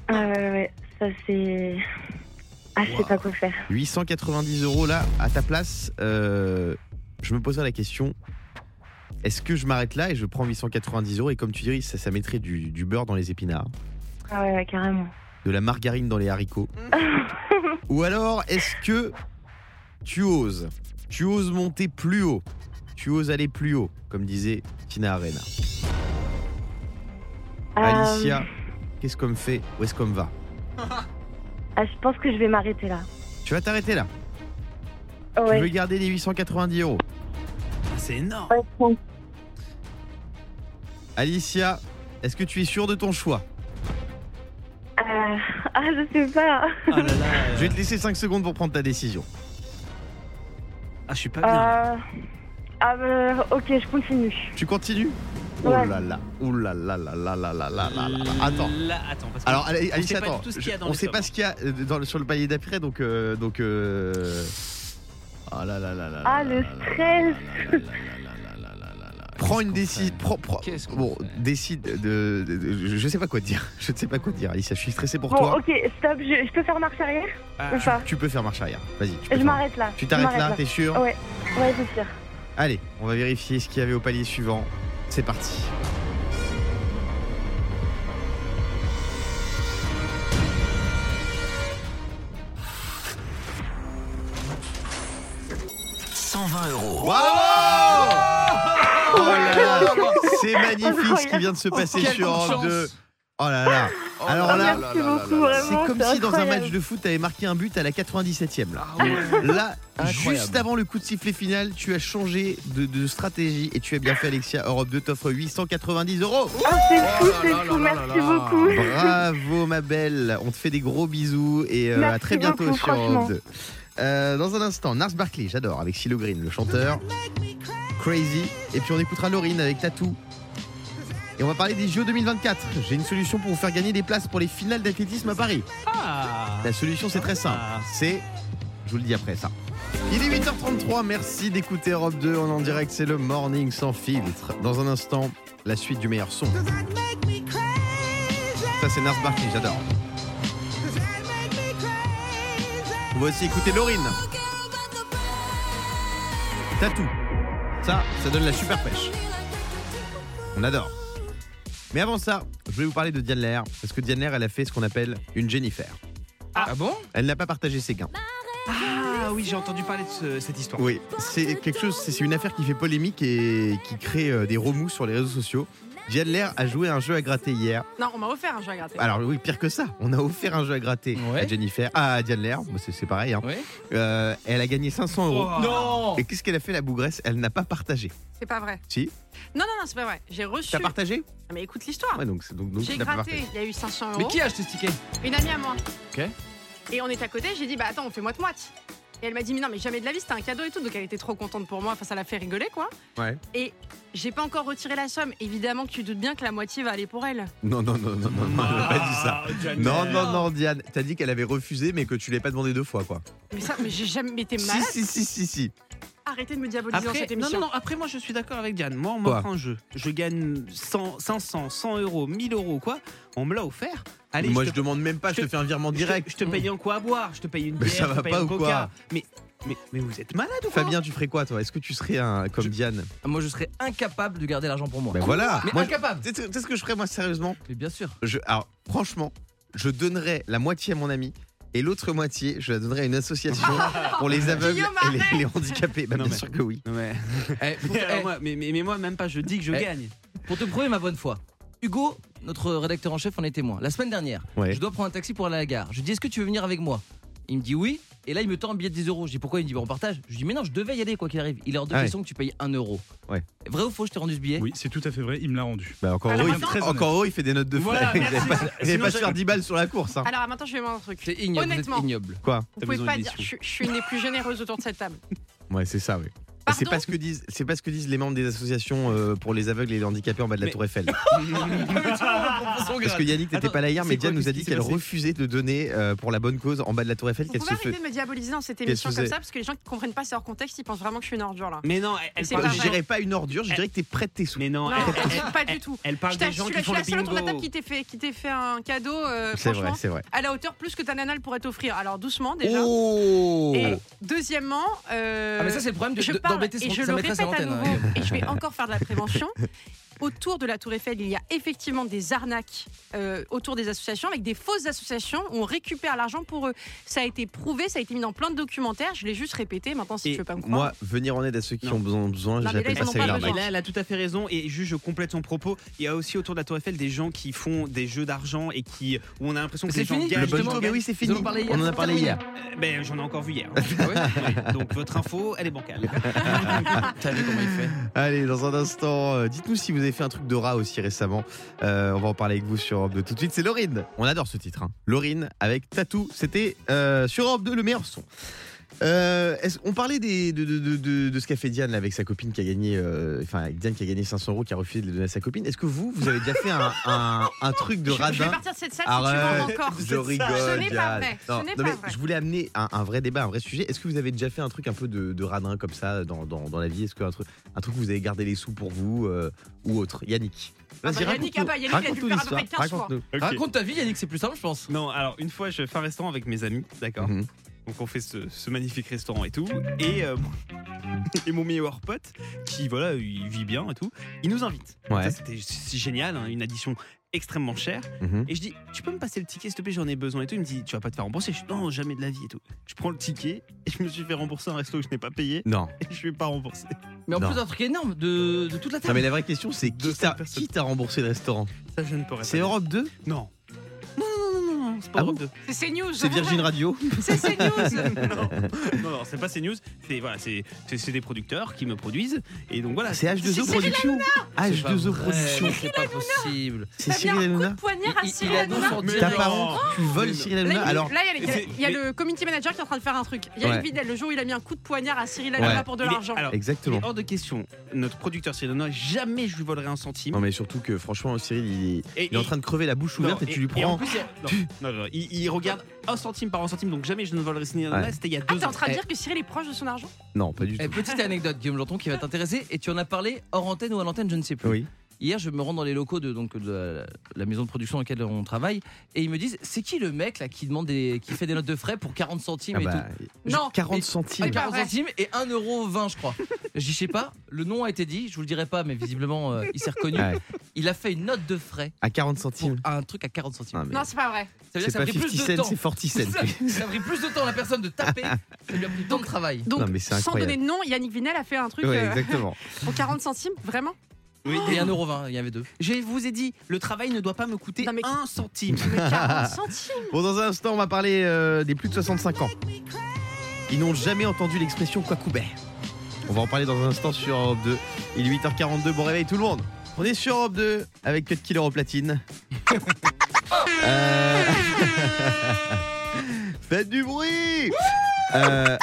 Speaker 7: Ah ouais, ouais, ça c'est. Ah, je sais pas quoi faire.
Speaker 3: 890 euros, là, à ta place, euh, je me poserai la question. Est-ce que je m'arrête là et je prends 890 euros et comme tu dis, ça, ça mettrait du, du beurre dans les épinards,
Speaker 7: Ah ouais, ouais, carrément.
Speaker 3: de la margarine dans les haricots Ou alors, est-ce que tu oses Tu oses monter plus haut Tu oses aller plus haut, comme disait Tina Arena.
Speaker 7: Euh,
Speaker 3: Alicia, qu'est-ce qu'on fait Où est-ce qu'on va
Speaker 7: ah, je pense que je vais m'arrêter là.
Speaker 3: Tu vas t'arrêter là.
Speaker 7: Ouais.
Speaker 3: Tu veux garder les 890 euros.
Speaker 5: Ah, C'est énorme.
Speaker 7: Ouais, bon.
Speaker 3: Alicia, est-ce que tu es sûre de ton choix
Speaker 7: Euh, ah, je sais pas.
Speaker 5: Ah là là. euh,
Speaker 3: Je vais te laisser 5 secondes pour prendre ta décision.
Speaker 5: Ah, je suis pas bien. là.
Speaker 7: Euh, Ah, euh, ok, je continue.
Speaker 3: Tu continues Oh
Speaker 7: Ouais.
Speaker 3: là là, oh là là là là là là là là là. bah, Attends.
Speaker 5: Là, attends, parce que
Speaker 3: Alors, allez,
Speaker 5: on
Speaker 3: Alice,
Speaker 5: sait pas
Speaker 3: attends.
Speaker 5: du tout ce qu'il y a
Speaker 3: Je-
Speaker 5: dans
Speaker 3: on
Speaker 5: les hein.
Speaker 3: sait pas
Speaker 5: sommes.
Speaker 3: ce qu'il y a euh, dans le- sur le palier d'après, donc. euh, donc euh... Ah là là là là. là
Speaker 7: Ah, le
Speaker 3: là là
Speaker 7: stress.
Speaker 3: là là là là là là là là. Prends une décision. Prends, prends-
Speaker 6: Qu'est-ce qu'on
Speaker 3: Bon,
Speaker 6: fait
Speaker 3: décide de, de- de- Je je sais pas quoi te dire. Je ne sais pas quoi te dire, Alice. Je suis stressé pour
Speaker 7: Bon,
Speaker 3: toi.
Speaker 7: ok, stop, je, je peux faire marche arrière
Speaker 5: Ah,
Speaker 7: ou pas
Speaker 3: Tu peux faire marche arrière. Vas-y. tu peux
Speaker 7: Je
Speaker 3: faire-
Speaker 7: m'arrête là.
Speaker 3: Tu
Speaker 7: je
Speaker 3: t'arrêtes
Speaker 7: m'arrête
Speaker 3: là, t'es sûr
Speaker 7: Ouais, ouais, c'est sûr.
Speaker 3: Allez, on va vérifier ce qu'il y avait au palier suivant. C'est parti.
Speaker 2: euros.
Speaker 3: Bravo Oh là là C'est magnifique ce qui vient de se passer
Speaker 6: Quelle
Speaker 3: sur
Speaker 6: bonne
Speaker 3: Europe
Speaker 6: chance.
Speaker 3: 2. Oh là là Alors
Speaker 7: Oh,
Speaker 3: là,
Speaker 7: merci beaucoup,
Speaker 3: c'est
Speaker 7: vraiment.
Speaker 3: comme
Speaker 7: c'est
Speaker 3: si dans un
Speaker 7: incroyable.
Speaker 3: match de foot, t'avais marqué un but à la 97e. Là,
Speaker 6: Ah ouais.
Speaker 3: là
Speaker 6: Incroyable.
Speaker 3: juste avant le coup de sifflet final, tu as changé de, de stratégie et tu as bien fait, Alexia. Europe 2 t'offre 890 euros.
Speaker 7: Ah, c'est
Speaker 3: Oh
Speaker 7: fou,
Speaker 6: là là
Speaker 7: c'est
Speaker 6: là
Speaker 7: fou,
Speaker 6: là
Speaker 7: merci
Speaker 6: là.
Speaker 7: beaucoup.
Speaker 3: Bravo, ma belle. On te fait des gros bisous et euh, à
Speaker 7: Merci
Speaker 3: très bientôt
Speaker 7: beaucoup,
Speaker 3: sur Europe
Speaker 7: franchement.
Speaker 3: 2. Euh, dans un instant, Nars Barkley, j'adore, avec Silo Green, le chanteur. Crazy. Et puis on écoutera Laurine avec Tatou. Et on va parler des JO 2024. J'ai une solution pour vous faire gagner des places pour les finales d'athlétisme à Paris.
Speaker 5: ah.
Speaker 3: La solution, c'est très simple. C'est. Je vous le dis après ça. Il est 8h33, merci d'écouter Europe 2. On est en direct, c'est le morning sans filtre. Dans un instant, la suite du meilleur son. Ça, c'est Nars Barkley, j'adore. On va aussi écouter Laurine. Tatou. Ça, ça donne la super pêche. On adore. Mais avant ça, je vais vous parler de Diane Lair. Parce que Diane Lair, elle a fait ce qu'on appelle une Jennifer.
Speaker 6: Ah bon
Speaker 3: Elle n'a pas partagé ses gains.
Speaker 5: Ah oui, j'ai entendu parler de ce- cette histoire.
Speaker 3: Oui, c'est quelque chose, c'est c'est une affaire qui fait polémique et qui crée euh, des remous sur les réseaux sociaux. Diane Lair a joué à un jeu à gratter hier.
Speaker 4: Non, on m'a offert hein, un jeu à gratter.
Speaker 3: Alors oui, pire que ça, on a offert un jeu à gratter
Speaker 6: Ouais.
Speaker 3: à Jennifer, ah, à Diane Lair, Bon, c'est- c'est pareil. hein.
Speaker 6: Ouais.
Speaker 3: Euh, elle a gagné 500 euros.
Speaker 5: Oh.
Speaker 6: Non
Speaker 3: Et qu'est-ce qu'elle a fait la bougresse Elle n'a pas partagé.
Speaker 4: C'est pas vrai.
Speaker 3: Si.
Speaker 4: Non, non, non, c'est pas vrai. J'ai reçu.
Speaker 3: T'as partagé
Speaker 4: Ah, Mais écoute l'histoire.
Speaker 3: Ouais, donc c'est- donc, donc
Speaker 4: J'ai
Speaker 3: tu n'as pas
Speaker 4: gratté,
Speaker 3: partagé.
Speaker 4: il y a eu 500
Speaker 6: Mais
Speaker 4: euros.
Speaker 6: qui a acheté ce ticket
Speaker 4: Une amie à moi.
Speaker 6: Ok.
Speaker 4: Et on était à côté, j'ai dit, bah attends, on fait moite-moite. Et elle m'a dit, mais non, mais jamais de la vie, c'était un cadeau et tout. Donc elle était trop contente pour moi, enfin, ça l'a fait rigoler, quoi.
Speaker 3: Ouais.
Speaker 4: Et j'ai pas encore retiré la somme. Évidemment que tu doutes bien que la moitié va aller pour elle.
Speaker 3: Non, non, non, non, non, non, elle n'a pas dit ça.
Speaker 5: Ah, Diane
Speaker 3: Non,
Speaker 5: Lair.
Speaker 3: non, non, Diane, t'as dit qu'elle avait refusé mais que tu l'as pas demandé deux fois quoi.
Speaker 4: Mais ça, mais j'ai jamais été
Speaker 3: Si,
Speaker 4: malade.
Speaker 3: si, si, si, si.
Speaker 4: Arrêtez de me diaboliser dans
Speaker 5: Après,
Speaker 4: cette
Speaker 5: non,
Speaker 4: émission.
Speaker 5: non, non, après moi je suis d'accord avec Diane. Moi on
Speaker 3: Quoi
Speaker 5: m'offre un jeu. Je gagne 100, 500, 100 euros, 1000 euros quoi. On me l'a offert. Allez,
Speaker 3: Moi
Speaker 5: je
Speaker 3: je
Speaker 5: te,
Speaker 3: demande même pas, je
Speaker 5: je
Speaker 3: te
Speaker 5: te-
Speaker 3: fais un virement
Speaker 5: je te-
Speaker 3: direct.
Speaker 5: Je te paye un quoi à boire, je te paye une
Speaker 3: Mais
Speaker 5: bière,
Speaker 3: ça
Speaker 5: je te
Speaker 3: va
Speaker 5: paye
Speaker 3: pas
Speaker 5: un
Speaker 3: ou quoi
Speaker 5: coca. mais, mais, mais vous êtes malade ou quoi
Speaker 3: Fabien, tu ferais quoi toi Est-ce que tu serais un comme
Speaker 6: Je-
Speaker 3: Diane
Speaker 6: Ah, Moi, je serais incapable de garder l'argent pour moi.
Speaker 3: Ben voilà.
Speaker 6: Mais
Speaker 3: Moi, je-
Speaker 6: incapable
Speaker 3: tu sais- tu sais ce que je ferais moi sérieusement
Speaker 6: Mais bien sûr.
Speaker 3: Je- Alors franchement, je donnerais la moitié à mon ami. Et l'autre moitié, je la donnerais à une association pour les aveugles
Speaker 4: Guillaume
Speaker 3: et les,
Speaker 4: Arnay
Speaker 3: les handicapés. Ben,
Speaker 5: Non,
Speaker 3: bien
Speaker 5: mais-
Speaker 3: sûr que oui.
Speaker 5: Non, mais,
Speaker 6: Eh, pour,
Speaker 5: mais, alors,
Speaker 6: eh,
Speaker 5: euh, moi, mais- mais- mais moi même pas, je dis que je
Speaker 6: Eh.
Speaker 5: gagne.
Speaker 6: pour te prouver ma bonne foi, Hugo, notre rédacteur en chef, en est témoin. La semaine dernière,
Speaker 3: Ouais.
Speaker 6: je dois prendre un taxi pour aller à la gare. Je lui dis Est-ce que tu veux venir avec moi Il me dit oui. Et là, il me tend un billet de 10 euros. Je dis Pourquoi Il me dit Bah, On partage. Je lui dis Mais non, je devais y aller quoi qu'il arrive. Il est hors de
Speaker 3: Ah ouais.
Speaker 6: question que tu payes 1 euro.
Speaker 3: Ouais.
Speaker 6: Vrai ou faux, je t'ai rendu ce billet
Speaker 8: Oui, c'est tout à fait vrai, il me l'a rendu.
Speaker 3: Bah, encore
Speaker 4: Alors,
Speaker 3: heureux,
Speaker 4: attends.
Speaker 3: il, encore heureux, il fait des notes de
Speaker 5: Voilà,
Speaker 3: frais. il
Speaker 5: merci.
Speaker 3: n'allait pas, il allait
Speaker 5: Sinon,
Speaker 3: pas se
Speaker 5: j'ai-
Speaker 3: faire 10 balles sur la course. hein.
Speaker 4: Alors maintenant, je vais vous dire un truc.
Speaker 6: C'est ignoble. vous êtes
Speaker 4: Honnêtement.
Speaker 6: ignoble.
Speaker 3: Quoi
Speaker 4: Vous pouvez
Speaker 8: besoin
Speaker 4: pas
Speaker 8: d'une
Speaker 4: dire, je,
Speaker 8: mission.
Speaker 4: je suis une des plus généreuses autour de cette table.
Speaker 3: Ouais, c'est ça, oui.
Speaker 4: Pardon
Speaker 3: C'est pas ce que disent, c'est pas ce que disent les membres des associations euh, pour les aveugles et les handicapés en bas de la
Speaker 5: Mais-
Speaker 3: Tour Eiffel. Parce
Speaker 6: Parce
Speaker 3: que Yannick n'était
Speaker 5: Attends,
Speaker 3: pas là hier, mais
Speaker 5: c'est quoi,
Speaker 3: Diane nous a
Speaker 5: qu'est-ce
Speaker 3: dit
Speaker 5: qui s'est
Speaker 3: qu'elle
Speaker 5: passé
Speaker 3: refusait de donner euh, pour la bonne cause en bas de la Tour Eiffel
Speaker 4: Vous
Speaker 3: qu'elle se
Speaker 4: pouvez arrêter
Speaker 3: fait.
Speaker 4: de me diaboliser dans cette
Speaker 3: Qu'est-ce
Speaker 4: émission
Speaker 3: que
Speaker 4: comme
Speaker 3: c'est
Speaker 4: ça, parce que les gens qui comprennent pas, c'est hors contexte, ils pensent vraiment que je suis une ordure là.
Speaker 5: Mais non, elle, elle
Speaker 4: C'est
Speaker 5: parle
Speaker 4: pas
Speaker 3: Je
Speaker 4: vrai.
Speaker 3: dirais pas une ordure, je dirais que t'es prête tes sous.
Speaker 5: Mais non,
Speaker 4: Non,
Speaker 5: elle,
Speaker 4: elle- pas du tout.
Speaker 5: elle parle
Speaker 4: Je t'ai-
Speaker 5: des
Speaker 4: je
Speaker 5: gens
Speaker 4: suis
Speaker 5: qui
Speaker 4: la- je
Speaker 5: font
Speaker 4: suis
Speaker 5: le
Speaker 4: la seule autour de la
Speaker 5: bingo.
Speaker 4: table qui t'ait fait, qui t'ait fait un cadeau, euh,
Speaker 3: C'est vrai,
Speaker 4: franchement,
Speaker 3: c'est vrai.
Speaker 4: à la hauteur plus que ta nana le pourrait t'offrir. Alors doucement déjà.
Speaker 3: Oh
Speaker 4: Et deuxièmement, euh,
Speaker 6: Ah, mais ça, c'est le problème de-
Speaker 4: je
Speaker 6: de-
Speaker 4: parle
Speaker 6: d'embêter
Speaker 4: et
Speaker 6: son
Speaker 4: je
Speaker 6: sa
Speaker 4: le
Speaker 6: maîtresse
Speaker 4: répète
Speaker 6: à
Speaker 4: à
Speaker 6: l'antenne.
Speaker 4: nouveau,
Speaker 6: hein.
Speaker 4: et je vais encore faire de la prévention. Autour de la Tour Eiffel, il y a effectivement des arnaques euh, autour des associations, avec des fausses associations où on récupère l'argent pour eux. Ça a été prouvé, ça a été mis dans plein de documentaires. Je l'ai juste répété. Maintenant, si
Speaker 5: Et
Speaker 4: tu veux pas me croire.
Speaker 3: Moi, venir en aide à ceux qui
Speaker 5: Non.
Speaker 3: ont besoin, besoin
Speaker 4: mais là,
Speaker 3: j'appelle
Speaker 4: ils
Speaker 3: pas
Speaker 4: en ont
Speaker 3: ça
Speaker 4: pas
Speaker 3: une
Speaker 4: besoin.
Speaker 5: Mais
Speaker 3: arnaque.
Speaker 5: là, elle a tout à fait raison et juste je complète son propos. Il y a aussi autour de la Tour Eiffel des gens qui font des jeux d'argent et qui où on a l'impression que
Speaker 6: C'est
Speaker 5: les gens
Speaker 6: fini,
Speaker 5: gagnent.
Speaker 3: Le
Speaker 6: justement,
Speaker 3: bonjour,
Speaker 5: gagnent.
Speaker 3: mais oui, c'est fini.
Speaker 6: en ont parlé hier,
Speaker 3: On en a
Speaker 6: c'est
Speaker 3: parlé
Speaker 6: terminé.
Speaker 3: hier.
Speaker 5: Euh, Ben j'en ai encore vu hier.
Speaker 6: Ah ouais
Speaker 5: Ouais, Donc votre info, elle est bancale.
Speaker 6: Ah T'as vu comment il fait
Speaker 3: Allez, dans un instant, euh, dites-nous si vous avez fait un truc de rat aussi récemment. Euh, on va en parler avec vous sur Europe 2 tout de suite. C'est Laurine. On adore ce titre. Hein. Laurine avec Tatou. C'était euh, sur Europe 2 le meilleur son. Euh, est-ce- on parlait des, de, de, de- de- de ce qu'a fait Diane là, avec sa copine qui a gagné, euh, enfin avec Diane qui a gagné 500 euros, qui a refusé de les donner à sa copine. Est-ce que vous, vous avez déjà fait un, un- un truc de
Speaker 4: Je- Je vais
Speaker 3: radin
Speaker 4: partir de cette salle Ah, si
Speaker 3: Arrête,
Speaker 4: tu m'en encore.
Speaker 3: je rigole.
Speaker 4: Ce n'est pas
Speaker 3: Diane.
Speaker 4: vrai, ce
Speaker 3: Non,
Speaker 4: n'est
Speaker 3: non,
Speaker 4: pas
Speaker 3: mais
Speaker 4: vrai.
Speaker 3: Je voulais amener un, un vrai débat, un vrai sujet. Est-ce que vous avez déjà fait un truc un peu de, de radin comme ça dans, dans- dans la vie Est-ce qu'un truc, un truc où vous avez gardé les sous pour vous euh, ou autre Yannick
Speaker 4: bah, Yannick, ah bah, Yannick, il a dû
Speaker 3: raconte-nous
Speaker 4: le faire à peu près
Speaker 3: l'histoire,
Speaker 4: 15 fois.
Speaker 3: raconte-nous.
Speaker 5: Ok.
Speaker 6: Raconte ta vie, Yannick, c'est plus simple, je pense.
Speaker 5: Non, alors une fois, je fais un restaurant avec mes amis, d'accord
Speaker 3: Mhm.
Speaker 5: Donc on fait ce, ce magnifique restaurant et tout. Et, euh, et mon meilleur pote, qui voilà, il vit bien et tout, il nous invite.
Speaker 3: Ouais.
Speaker 5: Ça, c'était c'est génial, hein, une addition extrêmement chère.
Speaker 3: Mhm.
Speaker 5: Et je dis, tu peux me passer le ticket, s'il te plaît, j'en ai besoin et tout. Il me dit, tu vas pas te faire rembourser. Je dis, non, jamais de la vie et tout. Je prends le ticket et je me suis fait rembourser un resto que je n'ai pas payé
Speaker 3: Non.
Speaker 5: et je suis pas remboursé.
Speaker 6: Mais en
Speaker 3: Non.
Speaker 6: plus, un truc énorme de, de toute la
Speaker 3: Non,
Speaker 6: table.
Speaker 3: mais la vraie question, c'est qui
Speaker 5: 200
Speaker 3: t'a
Speaker 5: personnes.
Speaker 3: qui t'a remboursé le restaurant
Speaker 5: Ça, je ne pourrais pas.
Speaker 3: C'est
Speaker 5: dire.
Speaker 3: Europe 2
Speaker 5: Non. Non, non, non, non, non, c'est pas
Speaker 3: Ah
Speaker 5: Europe 2.
Speaker 4: C'est CNews.
Speaker 3: C'est Virgin Radio
Speaker 4: C'est CNews.
Speaker 5: non, non, non, c'est pas CNews. C'est voilà, c'est c'est- c'est des producteurs qui me produisent et donc voilà.
Speaker 3: C'est H2O
Speaker 4: Cyril
Speaker 3: Productions
Speaker 6: C'est pas
Speaker 3: H2O
Speaker 6: vrai,
Speaker 3: Productions
Speaker 6: C'est pas possible.
Speaker 3: C'est
Speaker 4: T'as mis
Speaker 3: Cyril
Speaker 4: un coup de
Speaker 3: Hanouna
Speaker 4: poignard à
Speaker 6: Il- il-
Speaker 4: Cyril
Speaker 6: il a
Speaker 4: Hanouna.
Speaker 6: non sorti.
Speaker 5: Mais
Speaker 3: T'as
Speaker 5: non.
Speaker 3: pas honte Tu voles
Speaker 5: Mais
Speaker 3: Cyril
Speaker 4: Là, il-
Speaker 3: Hanouna Alors,
Speaker 4: là, il y a, il y a- il y a
Speaker 5: Mais-
Speaker 4: le community manager qui est en train de faire un truc. Yannick
Speaker 3: Ouais.
Speaker 4: Vidal, le jour où il a mis un coup de poignard à Cyril Hanouna
Speaker 3: Ouais.
Speaker 4: pour de
Speaker 5: Il est-
Speaker 4: l'argent.
Speaker 5: alors, il
Speaker 3: exactement.
Speaker 5: est hors de question. Notre producteur Cyril Hanouna, jamais je lui volerai un centime.
Speaker 3: Non, mais surtout que franchement, Cyril, il est,
Speaker 5: Et-
Speaker 3: il est en train de crever la bouche
Speaker 5: non,
Speaker 3: ouverte et, tu lui
Speaker 5: en
Speaker 3: prends.
Speaker 5: plus, il y a- non, non, non, il, il regarde un centime par un centime, donc jamais je ne volerai Cyril Hanouna.
Speaker 3: Ouais.
Speaker 5: C'était il y a deux
Speaker 4: Ah, t'es en
Speaker 5: ans.
Speaker 4: train de
Speaker 6: Eh.
Speaker 4: dire que Cyril est proche de son argent
Speaker 3: Non, pas du
Speaker 6: Eh,
Speaker 3: tout.
Speaker 6: petite anecdote, Guillaume Janton, qui va t'intéresser, et tu en as parlé hors antenne ou à l'antenne, je ne sais plus.
Speaker 3: Oui.
Speaker 6: Hier, je me rends dans les locaux de, donc, de la, la maison de production dans laquelle on travaille, et ils me disent c'est qui le mec là qui demande des, qui fait des notes de frais pour 40 centimes
Speaker 3: Ah
Speaker 6: et
Speaker 3: bah,
Speaker 6: tout
Speaker 4: Non.
Speaker 3: 40
Speaker 6: Ah,
Speaker 3: centimes.
Speaker 4: pas
Speaker 6: 40
Speaker 4: vrai.
Speaker 6: centimes et 1,20€ je crois. Je dis, je sais pas, le nom a été dit, je vous le dirai pas, mais visiblement euh, il s'est reconnu.
Speaker 3: Ouais,
Speaker 6: Il a fait une note de frais
Speaker 3: à 40
Speaker 6: pour
Speaker 3: centimes.
Speaker 6: un truc à 40 centimes.
Speaker 3: Non, mais
Speaker 4: Non, c'est pas vrai.
Speaker 6: Ça veut dire que
Speaker 3: Ah, c'est
Speaker 6: ça a
Speaker 3: pas
Speaker 6: pris
Speaker 3: 50
Speaker 6: plus de
Speaker 3: cents,
Speaker 6: temps.
Speaker 3: c'est 40 cents.
Speaker 6: Ça, ça a pris plus de temps à la personne de taper, ça lui a pris tant de travail.
Speaker 4: Donc,
Speaker 3: Non, mais c'est
Speaker 4: sans
Speaker 3: incroyable.
Speaker 4: donner de nom, Yannick Vinel a fait un truc
Speaker 3: Ouais,
Speaker 4: euh,
Speaker 3: exactement.
Speaker 4: pour 40 centimes Vraiment
Speaker 5: Oui,
Speaker 6: Et 1,20€, il y en avait deux.
Speaker 5: Je vous ai dit, le travail ne doit pas me coûter
Speaker 4: Non, mais-
Speaker 5: un centime.
Speaker 4: Mais 40 centimes
Speaker 3: Bon, dans un instant, on va parler euh, des plus de 65 ans. Ils n'ont jamais entendu l'expression quoi couvert. On va en parler dans un instant sur Europe 2. Il est 8h42, bon réveil tout le monde. On est sur Europe 2 avec Cut Killer au platine. Euh, Faites du bruit Euh,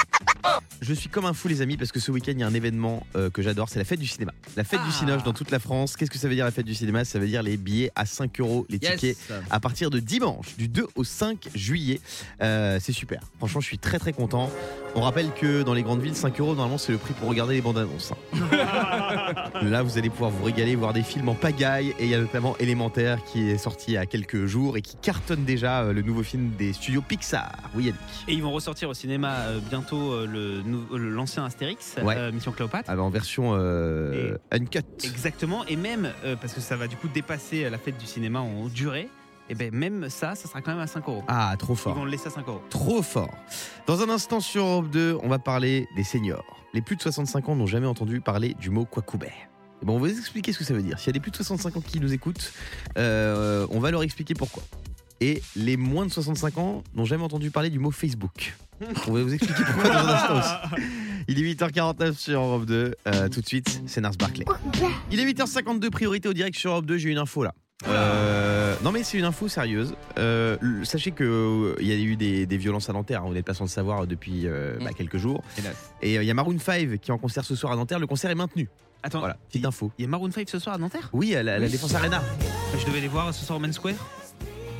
Speaker 3: Je suis comme un fou les amis parce que ce week-end il y a un événement euh, que j'adore, c'est la fête du cinéma. La fête du
Speaker 6: Ah.
Speaker 3: cinoche dans toute la France. Qu'est-ce que ça veut dire la fête du cinéma Ça veut dire les billets à 5 euros, les
Speaker 6: Yes.
Speaker 3: tickets à partir de dimanche, du 2 au 5 juillet. Euh, c'est super. Franchement, je suis très très content. On rappelle que dans les grandes villes, 5 euros, normalement, c'est le prix pour regarder les bandes annonces. hein. Là, vous allez pouvoir vous régaler, voir des films en pagaille. Et il y a notamment Élémentaire qui est sorti il y a quelques jours et qui cartonne déjà euh, le nouveau film des studios Pixar. Oui, Yannick.
Speaker 5: Et ils vont ressortir au cinéma euh, bientôt euh, le nou- euh, l'ancien Astérix,
Speaker 3: Ouais.
Speaker 5: euh, Mission Cléopâtre.
Speaker 3: Ah, bah, en version euh, uncut.
Speaker 5: Exactement, et même, euh, parce que ça va du coup dépasser euh, la fête du cinéma en durée, et ben même ça, ça sera quand même à 5 euros.
Speaker 3: Ah, trop
Speaker 5: Ils
Speaker 3: fort.
Speaker 5: vont le laisser à 5 euros.
Speaker 3: trop fort. Dans un instant sur Europe 2, on va parler des seniors. Les plus de 65 ans n'ont jamais entendu parler du mot quacoubert. Et ben, on va vous expliquer ce que ça veut dire. S'il y a des plus de 65 ans qui nous écoutent, euh, on va leur expliquer pourquoi. Et les moins de 65 ans n'ont jamais entendu parler du mot Facebook. On va vous expliquer pourquoi dans un instant aussi. Il est 8h49 sur Europe 2. Euh, tout de suite, c'est Nars Barclay. Il est 8h52, priorité au direct sur Europe 2. J'ai une info là. Euh, non mais c'est une info sérieuse. Euh, le- sachez que euh, il y a eu des, des violences à Nanterre. hein, Vous n'êtes pas sans le savoir depuis euh, bah,
Speaker 6: Mm.
Speaker 3: quelques jours.
Speaker 5: Hélas.
Speaker 3: Et euh, il y a Maroon 5 qui est en concert ce soir à Nanterre. Le concert est maintenu.
Speaker 5: Attends,
Speaker 3: Voilà, petite info.
Speaker 5: il y a Maroon 5 ce soir à Nanterre
Speaker 3: Oui, à la, la Défense Arena.
Speaker 5: Je devais les voir ce soir au Main Square.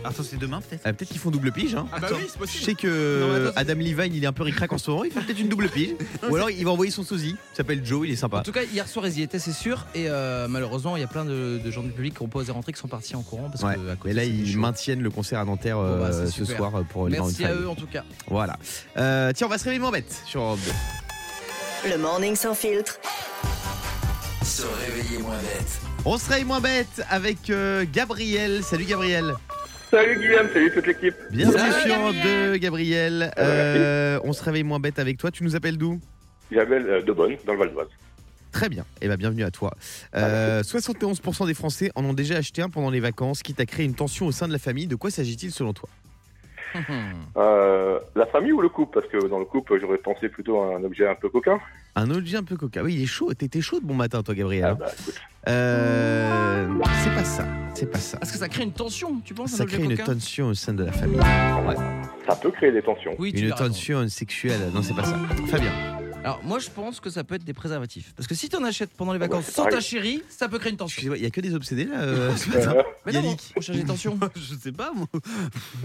Speaker 5: Attends, c'est demain peut-être
Speaker 3: Ah, peut-être qu'ils font double pige. Hein.
Speaker 5: Ah bah oui, c'est
Speaker 3: Je
Speaker 5: possible.
Speaker 3: sais que
Speaker 5: Non, mais
Speaker 3: euh,
Speaker 5: attends,
Speaker 3: Adam Levine il est un peu ricrac en ce moment. Il fait peut-être une double pige. Ou alors il va envoyer son sosie. Il s'appelle Joe. Il est sympa.
Speaker 6: En tout cas, hier soir, ils y étaient, c'est sûr. Et euh, malheureusement, il y a plein de, de gens du public qui ont pas osé rentrer, qui sont partis en courant. Parce
Speaker 3: Ouais.
Speaker 6: que, à côté,
Speaker 3: Et là,
Speaker 6: c'était
Speaker 3: ils
Speaker 6: chaud.
Speaker 3: maintiennent le concert à Nanterre euh,
Speaker 6: Bon, bah, c'est
Speaker 3: ce
Speaker 6: super.
Speaker 3: soir euh, pour les Maroon
Speaker 6: Merci
Speaker 3: 5.
Speaker 6: à eux, en tout cas.
Speaker 3: Voilà. Euh, tiens, on va se réveiller bête sur Europe 2.
Speaker 1: Le morning sans filtre.
Speaker 2: Se réveiller moins bête.
Speaker 3: On se réveille moins bête avec euh, Gabriel. Salut Gabriel.
Speaker 8: Salut Guillaume, salut toute l'équipe.
Speaker 3: Bienvenue
Speaker 4: Salut,
Speaker 3: sur Europe 2, Gabriel. Euh, on se réveille moins bête avec toi. Tu nous appelles d'où
Speaker 8: J'appelle euh, de Bonne, dans le Val d'Oise.
Speaker 3: Mmh. Très bien. Eh bien, bienvenue à toi. Euh, 71% des Français en ont déjà acheté un pendant les vacances, quitte à créer une tension au sein de la famille. De quoi s'agit-il selon toi
Speaker 8: Euh, la famille ou le couple Parce que dans le couple, j'aurais pensé plutôt à un objet un peu coquin.
Speaker 3: Un objet un peu coca. Oui, il est chaud. T'étais chaud de bon matin, toi, Gabriel.
Speaker 8: Ah
Speaker 3: hein.
Speaker 8: bah écoute,
Speaker 3: Euh, c'est pas ça. C'est pas ça.
Speaker 6: Parce que ça crée une tension, tu penses un
Speaker 3: Ça
Speaker 6: objet
Speaker 3: crée une
Speaker 6: coquin
Speaker 3: tension au sein de la famille. Ouais.
Speaker 8: ça peut créer des tensions.
Speaker 6: Oui, Ah, tu
Speaker 3: Une
Speaker 6: l'as raison.
Speaker 3: tension sexuelle. Non, c'est pas ça. Fabien.
Speaker 6: Alors moi je pense que ça peut être des préservatifs. Parce que si t'en achètes pendant les
Speaker 8: Ah Ouais,
Speaker 6: vacances
Speaker 8: c'est
Speaker 6: sans
Speaker 8: pareil.
Speaker 6: ta chérie, ça peut créer une tension.
Speaker 3: Excusez-moi, il y a que des obsédés là euh, ce matin.
Speaker 8: Euh,
Speaker 6: Mais non,
Speaker 3: Yannick.
Speaker 6: on cherche des tensions.
Speaker 5: Je sais pas, moi.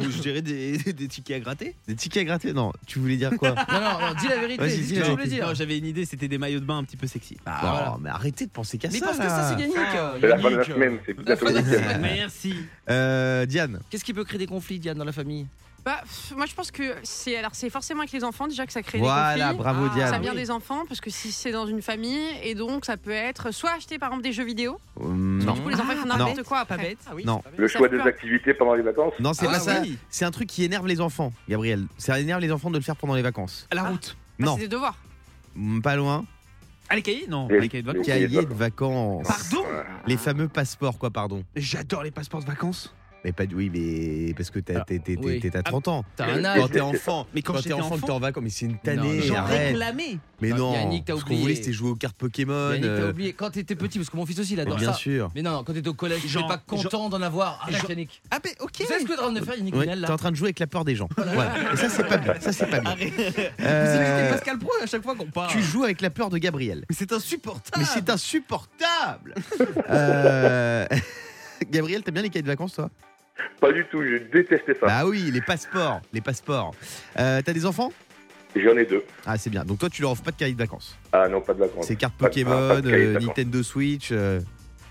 Speaker 5: Je dirais des, des tickets à gratter.
Speaker 3: Des tickets à gratter Non, tu voulais dire quoi
Speaker 6: Non, non, non, dis la vérité,
Speaker 3: Vas-y,
Speaker 6: dis ce
Speaker 3: dis
Speaker 6: que
Speaker 3: la
Speaker 6: tu voulais
Speaker 3: vérité.
Speaker 6: dire.
Speaker 5: Non, j'avais une idée, c'était des maillots de bain un petit peu sexy.
Speaker 3: Non,
Speaker 6: voilà.
Speaker 3: mais arrêtez de penser qu'à ça.
Speaker 6: Mais parce que ça
Speaker 3: là.
Speaker 6: c'est Yannick. euh,
Speaker 8: C'est la fin de
Speaker 3: Mmh.
Speaker 8: la
Speaker 6: Yannick, euh,
Speaker 8: semaine, c'est
Speaker 6: la
Speaker 8: bientôt
Speaker 6: fin
Speaker 8: le
Speaker 6: de la
Speaker 8: week-end.
Speaker 6: semaine.
Speaker 5: Merci.
Speaker 3: Euh, Diane,
Speaker 6: Qu'est-ce qui peut créer des conflits, Diane, dans la famille
Speaker 4: Bah, pff, moi, je pense que c'est alors c'est forcément avec les enfants déjà que ça crée des
Speaker 3: voilà,
Speaker 4: conflits.
Speaker 3: bravo
Speaker 6: Ah,
Speaker 4: Ça
Speaker 3: Diane.
Speaker 4: vient
Speaker 6: oui.
Speaker 4: des enfants, parce que si c'est dans une famille, et donc ça peut être soit acheter par exemple des jeux vidéo,
Speaker 3: Euh, non,
Speaker 4: du coup les enfants font
Speaker 3: non.
Speaker 4: n'importe quoi après.
Speaker 6: Ah oui,
Speaker 3: Non.
Speaker 6: c'est pas
Speaker 8: Le
Speaker 4: Ça
Speaker 8: choix
Speaker 4: peut-
Speaker 8: des activités pendant les vacances.
Speaker 3: non, c'est
Speaker 6: Ah
Speaker 3: pas
Speaker 6: ouais,
Speaker 3: ça.
Speaker 6: oui.
Speaker 3: C'est un truc qui énerve les enfants, Gabriel. Ça énerve les enfants de le faire pendant les vacances.
Speaker 5: À la route.
Speaker 4: Ah,
Speaker 3: Non,
Speaker 4: C'est des devoirs.
Speaker 3: Mm, pas loin.
Speaker 5: Ah, les cahiers Non,
Speaker 8: Les-
Speaker 5: les cahiers de vacances.
Speaker 8: les- Cahier de
Speaker 3: Cahier de vacances.
Speaker 5: Pardon
Speaker 3: Les fameux passeports, quoi, pardon.
Speaker 5: J'adore les passeports de vacances.
Speaker 3: Mais pas oui, mais parce que t'as-
Speaker 6: Ah,
Speaker 3: t'es t'es-
Speaker 6: oui.
Speaker 3: t'es à 30 ans.
Speaker 6: T'as un
Speaker 3: Quand
Speaker 6: âge.
Speaker 3: t'es enfant,
Speaker 5: Mais quand
Speaker 3: quand t'es
Speaker 5: j'étais
Speaker 3: enfant, que
Speaker 5: enfant-
Speaker 3: t'es en vacances, mais c'est une
Speaker 6: Non,
Speaker 3: tannée.
Speaker 6: j'en
Speaker 3: arrête.
Speaker 6: réclamé.
Speaker 3: Mais
Speaker 6: Non,
Speaker 3: non,
Speaker 6: Yannick, t'as
Speaker 3: ce qu'on
Speaker 6: oublié.
Speaker 3: voulait, c'était jouer aux cartes Pokémon.
Speaker 6: Yannick, t'as
Speaker 3: euh,
Speaker 6: oublié. Quand t'étais petit, parce que mon fils aussi il
Speaker 3: mais
Speaker 6: adore
Speaker 3: bien
Speaker 6: ça.
Speaker 3: sûr.
Speaker 6: Mais non, non, quand t'étais au collège, j'étais
Speaker 5: Genre-
Speaker 6: pas content d'en avoir. Arrête,
Speaker 5: Genre-
Speaker 6: Yannick.
Speaker 5: Ah, mais ok.
Speaker 6: Tu sais ce que t'es en train de faire, Yannick
Speaker 3: Ouais,
Speaker 6: Vinal,
Speaker 3: t'es
Speaker 6: là
Speaker 3: en train de jouer avec la peur des gens. Voilà. Et ça, c'est pas bien. Ça, c'est pas bien.
Speaker 5: Vous
Speaker 3: Euh,
Speaker 5: imitez Pascal Pro à chaque fois qu'on parle.
Speaker 3: tu joues avec la peur de Gabriel.
Speaker 5: Mais c'est insupportable.
Speaker 3: Mais c'est insupportable. Euh, Gabriel, t'aimes bien les cahiers de vacances, toi
Speaker 8: Pas du tout, je détestais ça.
Speaker 3: Bah oui, les passeports, les passeports. Euh, T'as des enfants
Speaker 8: J'en ai deux.
Speaker 3: Ah, c'est bien. Donc toi, tu leur offres pas de cahiers de vacances.
Speaker 8: Ah non, pas de vacances.
Speaker 3: C'est cartes
Speaker 8: Pas de- ah,
Speaker 3: Pokémon,
Speaker 8: pas de cahiers de
Speaker 3: euh,
Speaker 8: vacances.
Speaker 3: Nintendo Switch. euh,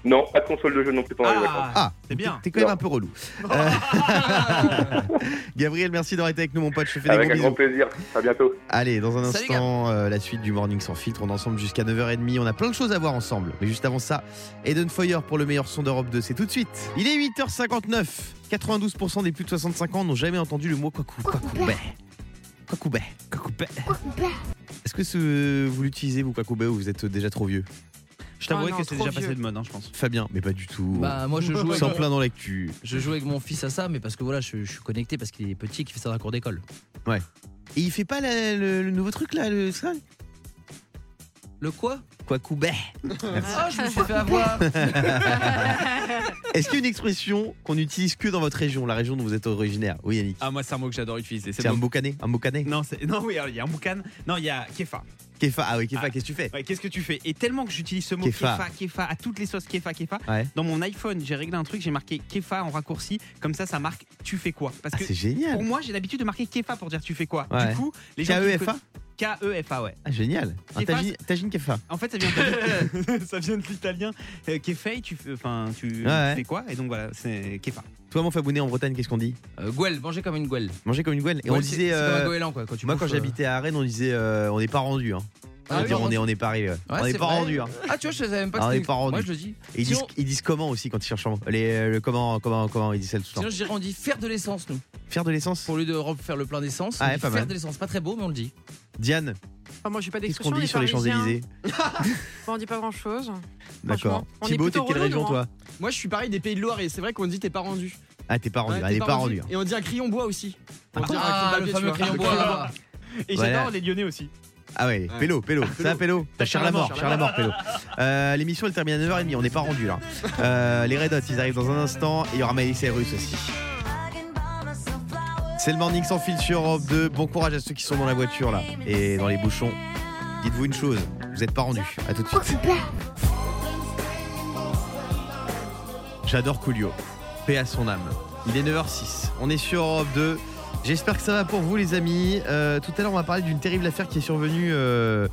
Speaker 8: Non, pas de console de jeu non plus pendant les vacances.
Speaker 5: Ah,
Speaker 3: Ah,
Speaker 5: c'est bien.
Speaker 3: T'es quand même
Speaker 8: Non.
Speaker 3: un peu relou. Euh,
Speaker 6: Ah.
Speaker 3: Gabriel, merci d'avoir été avec nous, mon pote. Je te fais des
Speaker 8: Avec
Speaker 3: gros
Speaker 8: un
Speaker 3: bisous.
Speaker 8: grand plaisir. À bientôt.
Speaker 3: Allez, dans un
Speaker 6: Salut,
Speaker 3: instant, euh, la suite du Morning Sans Filtre. On est ensemble jusqu'à 9h30. On a plein de choses à voir ensemble. Mais juste avant ça, Eden Foyer pour le meilleur son d'Europe 2. C'est tout de suite. Il est 8h59. 92% des plus de 65 ans n'ont jamais entendu le mot Kwaku. Kwakoubé. Kwakoubé. Kwakoubé. Est-ce que ce- vous l'utilisez, vous, Kwakoubé, ou vous êtes déjà trop vieux
Speaker 5: Je
Speaker 4: Ah
Speaker 5: t'avouerai
Speaker 4: non,
Speaker 5: que c'est
Speaker 4: trop
Speaker 5: déjà
Speaker 4: vieux.
Speaker 5: passé de mode, hein, je pense.
Speaker 3: Fabien, mais pas du tout.
Speaker 6: Bah, moi je joue avec
Speaker 3: Sans plein dans l'actu.
Speaker 6: Je joue avec mon fils à ça, mais parce que voilà, je, je suis connecté parce qu'il est petit et qu'il fait ça dans la cour d'école.
Speaker 3: Et il fait pas la- le, le nouveau truc, là, le. ça
Speaker 6: Le quoi
Speaker 3: Kwakoubé.
Speaker 6: Ah, je me suis fait avoir
Speaker 3: Est-ce qu'il y a une expression qu'on n'utilise que dans votre région, la région dont vous êtes originaire Oui, Yannick.
Speaker 5: Ah, moi, c'est un mot que j'adore utiliser.
Speaker 3: C'est un mot cané, un mot cané.
Speaker 5: Non, c'est- non, oui, alors, il y a un boucan. Non, il y a Kefa.
Speaker 3: Kefa, ah oui, Kefa,
Speaker 5: Ah.
Speaker 3: qu'est-ce que tu fais
Speaker 5: Ouais, qu'est-ce que tu fais Et tellement que j'utilise ce mot
Speaker 3: Kefa.
Speaker 5: Kefa. Kefa, à toutes les sauces Kefa, Kefa.
Speaker 3: Ouais.
Speaker 5: Dans mon iPhone, j'ai réglé un truc, j'ai marqué Kefa en raccourci. Comme ça, ça marque tu fais quoi Parce
Speaker 3: Ah,
Speaker 5: que
Speaker 3: c'est génial.
Speaker 5: pour moi, j'ai l'habitude de marquer Kefa pour dire tu fais quoi.
Speaker 3: Ouais.
Speaker 5: Du coup, les gens. qui me
Speaker 3: K-E-F-A
Speaker 5: conna- K-E-F-A, ouais.
Speaker 3: Ah, génial. Un
Speaker 5: Kefa,
Speaker 3: tagine, tagine Kefa.
Speaker 5: En fait, ça vient de, ça vient de l'italien. Euh, Kefa, tu, fais- enfin, tu
Speaker 3: Ouais.
Speaker 5: fais quoi Et donc voilà, c'est Kefa.
Speaker 3: Toi, mon Fabounet, en Bretagne, qu'est-ce qu'on dit
Speaker 6: euh, Gouel, manger comme une Gouel.
Speaker 3: Manger comme une gouelle. Et on
Speaker 6: Gouel,
Speaker 3: disait.
Speaker 6: C'est c'est comme un
Speaker 3: euh,
Speaker 6: goéland, quoi. Quand tu
Speaker 3: moi, quand
Speaker 6: bouffes, euh,
Speaker 3: j'habitais à Rennes, on disait euh, on n'est pas rendu. Hein.
Speaker 6: Ah,
Speaker 3: on,
Speaker 6: oui,
Speaker 3: dit, on,
Speaker 6: rendu.
Speaker 3: est, on est pas arrivé. ouais.
Speaker 6: Ouais,
Speaker 3: on n'est
Speaker 6: c'est
Speaker 3: pas
Speaker 6: vrai.
Speaker 3: rendu. hein.
Speaker 6: Ah, tu vois, je savais même pas
Speaker 3: Ah, on
Speaker 6: que
Speaker 3: est
Speaker 6: c'était-
Speaker 3: pas rendu.
Speaker 6: Moi, je le dis.
Speaker 3: Et Ils,
Speaker 6: Sinon-
Speaker 3: disent, ils disent comment aussi quand ils cherchent un mot les, euh, le comment, comment, comment ils disent ça tout le temps
Speaker 6: Sinon, je dirais, on dit faire de l'essence, nous.
Speaker 3: Faire de l'essence
Speaker 6: Pour lieu de rem- faire le plein d'essence,
Speaker 3: Ah,
Speaker 6: on
Speaker 3: ouais,
Speaker 6: dit
Speaker 3: pas
Speaker 6: faire
Speaker 3: mal.
Speaker 6: de l'essence. Pas très beau, mais on le dit.
Speaker 3: Diane,
Speaker 4: Enfin, moi, j'ai pas
Speaker 3: qu'est-ce qu'on
Speaker 4: d'expression.
Speaker 3: dit sur les
Speaker 4: Parisiens,
Speaker 3: Champs-Élysées
Speaker 4: On dit pas grand chose.
Speaker 3: D'accord.
Speaker 4: on est
Speaker 3: Thibaut, t'es de
Speaker 4: plutôt
Speaker 3: quelle
Speaker 4: relou,
Speaker 3: région,
Speaker 4: nous,
Speaker 3: toi
Speaker 9: Moi, je suis pareil des Pays de Loire et c'est vrai qu'on dit t'es pas rendu.
Speaker 3: Ah, t'es pas rendu.
Speaker 9: Ouais,
Speaker 3: Ah,
Speaker 9: t'es
Speaker 3: t'es pas rendu. hein.
Speaker 9: Et on dit un crayon bois aussi. On dit un
Speaker 6: Ah,
Speaker 9: crayon
Speaker 6: le
Speaker 9: papier,
Speaker 6: fameux
Speaker 9: tu vois.
Speaker 6: crayon bois.
Speaker 5: Et
Speaker 3: Voilà.
Speaker 5: j'adore les Lyonnais aussi.
Speaker 3: Ah ouais,
Speaker 9: Ouais.
Speaker 3: Pélo, Pélo, c'est un Pélo. T'as cher la mort, cher la mort, Pélo. Euh, L'émission elle termine à 9h30, on n'est pas rendu là. Euh, les Red Hot, ils arrivent dans un instant et il y aura Miley Cyrus aussi. C'est le morning sans fil sur Europe 2. Bon courage à ceux qui sont dans la voiture là et dans les bouchons. Dites-vous une chose, vous n'êtes pas rendu. À tout de suite. J'adore Coolio. Paix à son âme. Il est 9h06. On est sur Europe 2. J'espère que ça va pour vous les amis. Euh, tout à l'heure on va parler d'une terrible affaire qui est survenue euh,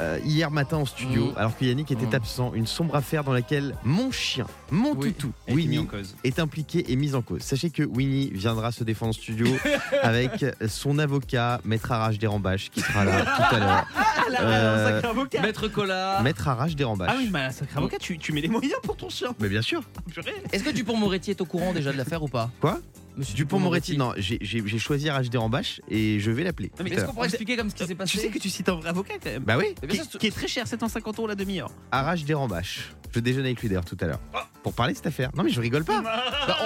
Speaker 3: euh, hier matin en studio
Speaker 6: Mmh.
Speaker 3: alors que Yannick était
Speaker 6: Mmh.
Speaker 3: absent. Une sombre affaire dans laquelle mon chien, mon
Speaker 6: Oui.
Speaker 3: toutou,
Speaker 5: Et mis en
Speaker 3: Winnie,
Speaker 5: cause.
Speaker 3: est impliqué et mis en cause. Sachez que Winnie viendra se défendre en studio avec son avocat, Maître Arrache Dérambach, qui sera là tout à l'heure.
Speaker 6: Ah,
Speaker 3: Euh,
Speaker 5: Ah, avocat.
Speaker 6: Maître Collard.
Speaker 3: Maître Arrache Dérambach.
Speaker 5: Ah oui, mais bah, un sacré avocat, tu, tu mets les moyens pour ton chien.
Speaker 3: Mais bien sûr.
Speaker 5: Purée.
Speaker 6: Est-ce que Dupont-Moretti est au courant déjà de l'affaire ou pas
Speaker 3: Quoi
Speaker 6: Monsieur
Speaker 3: Dupont-Moretti, non, j'ai- j'ai j'ai choisi Arrache Dérambach et je vais l'appeler. tout
Speaker 6: Mais
Speaker 3: à
Speaker 6: Est-ce qu'on
Speaker 3: l'heure.
Speaker 6: pourrait expliquer comme ce qui s'est
Speaker 5: Tu sais
Speaker 6: passé
Speaker 5: que tu cites un vrai avocat quand même.
Speaker 3: Bah oui,
Speaker 6: Mais bien
Speaker 5: Qui,
Speaker 6: sûr, c'est-
Speaker 5: qui est très cher, 750 euros la demi-heure.
Speaker 3: Arrache Dérambach. Je déjeunais avec lui d'ailleurs tout à l'heure.
Speaker 6: Ah.
Speaker 3: Pour parler de cette affaire. Non mais je rigole pas.
Speaker 6: Bah,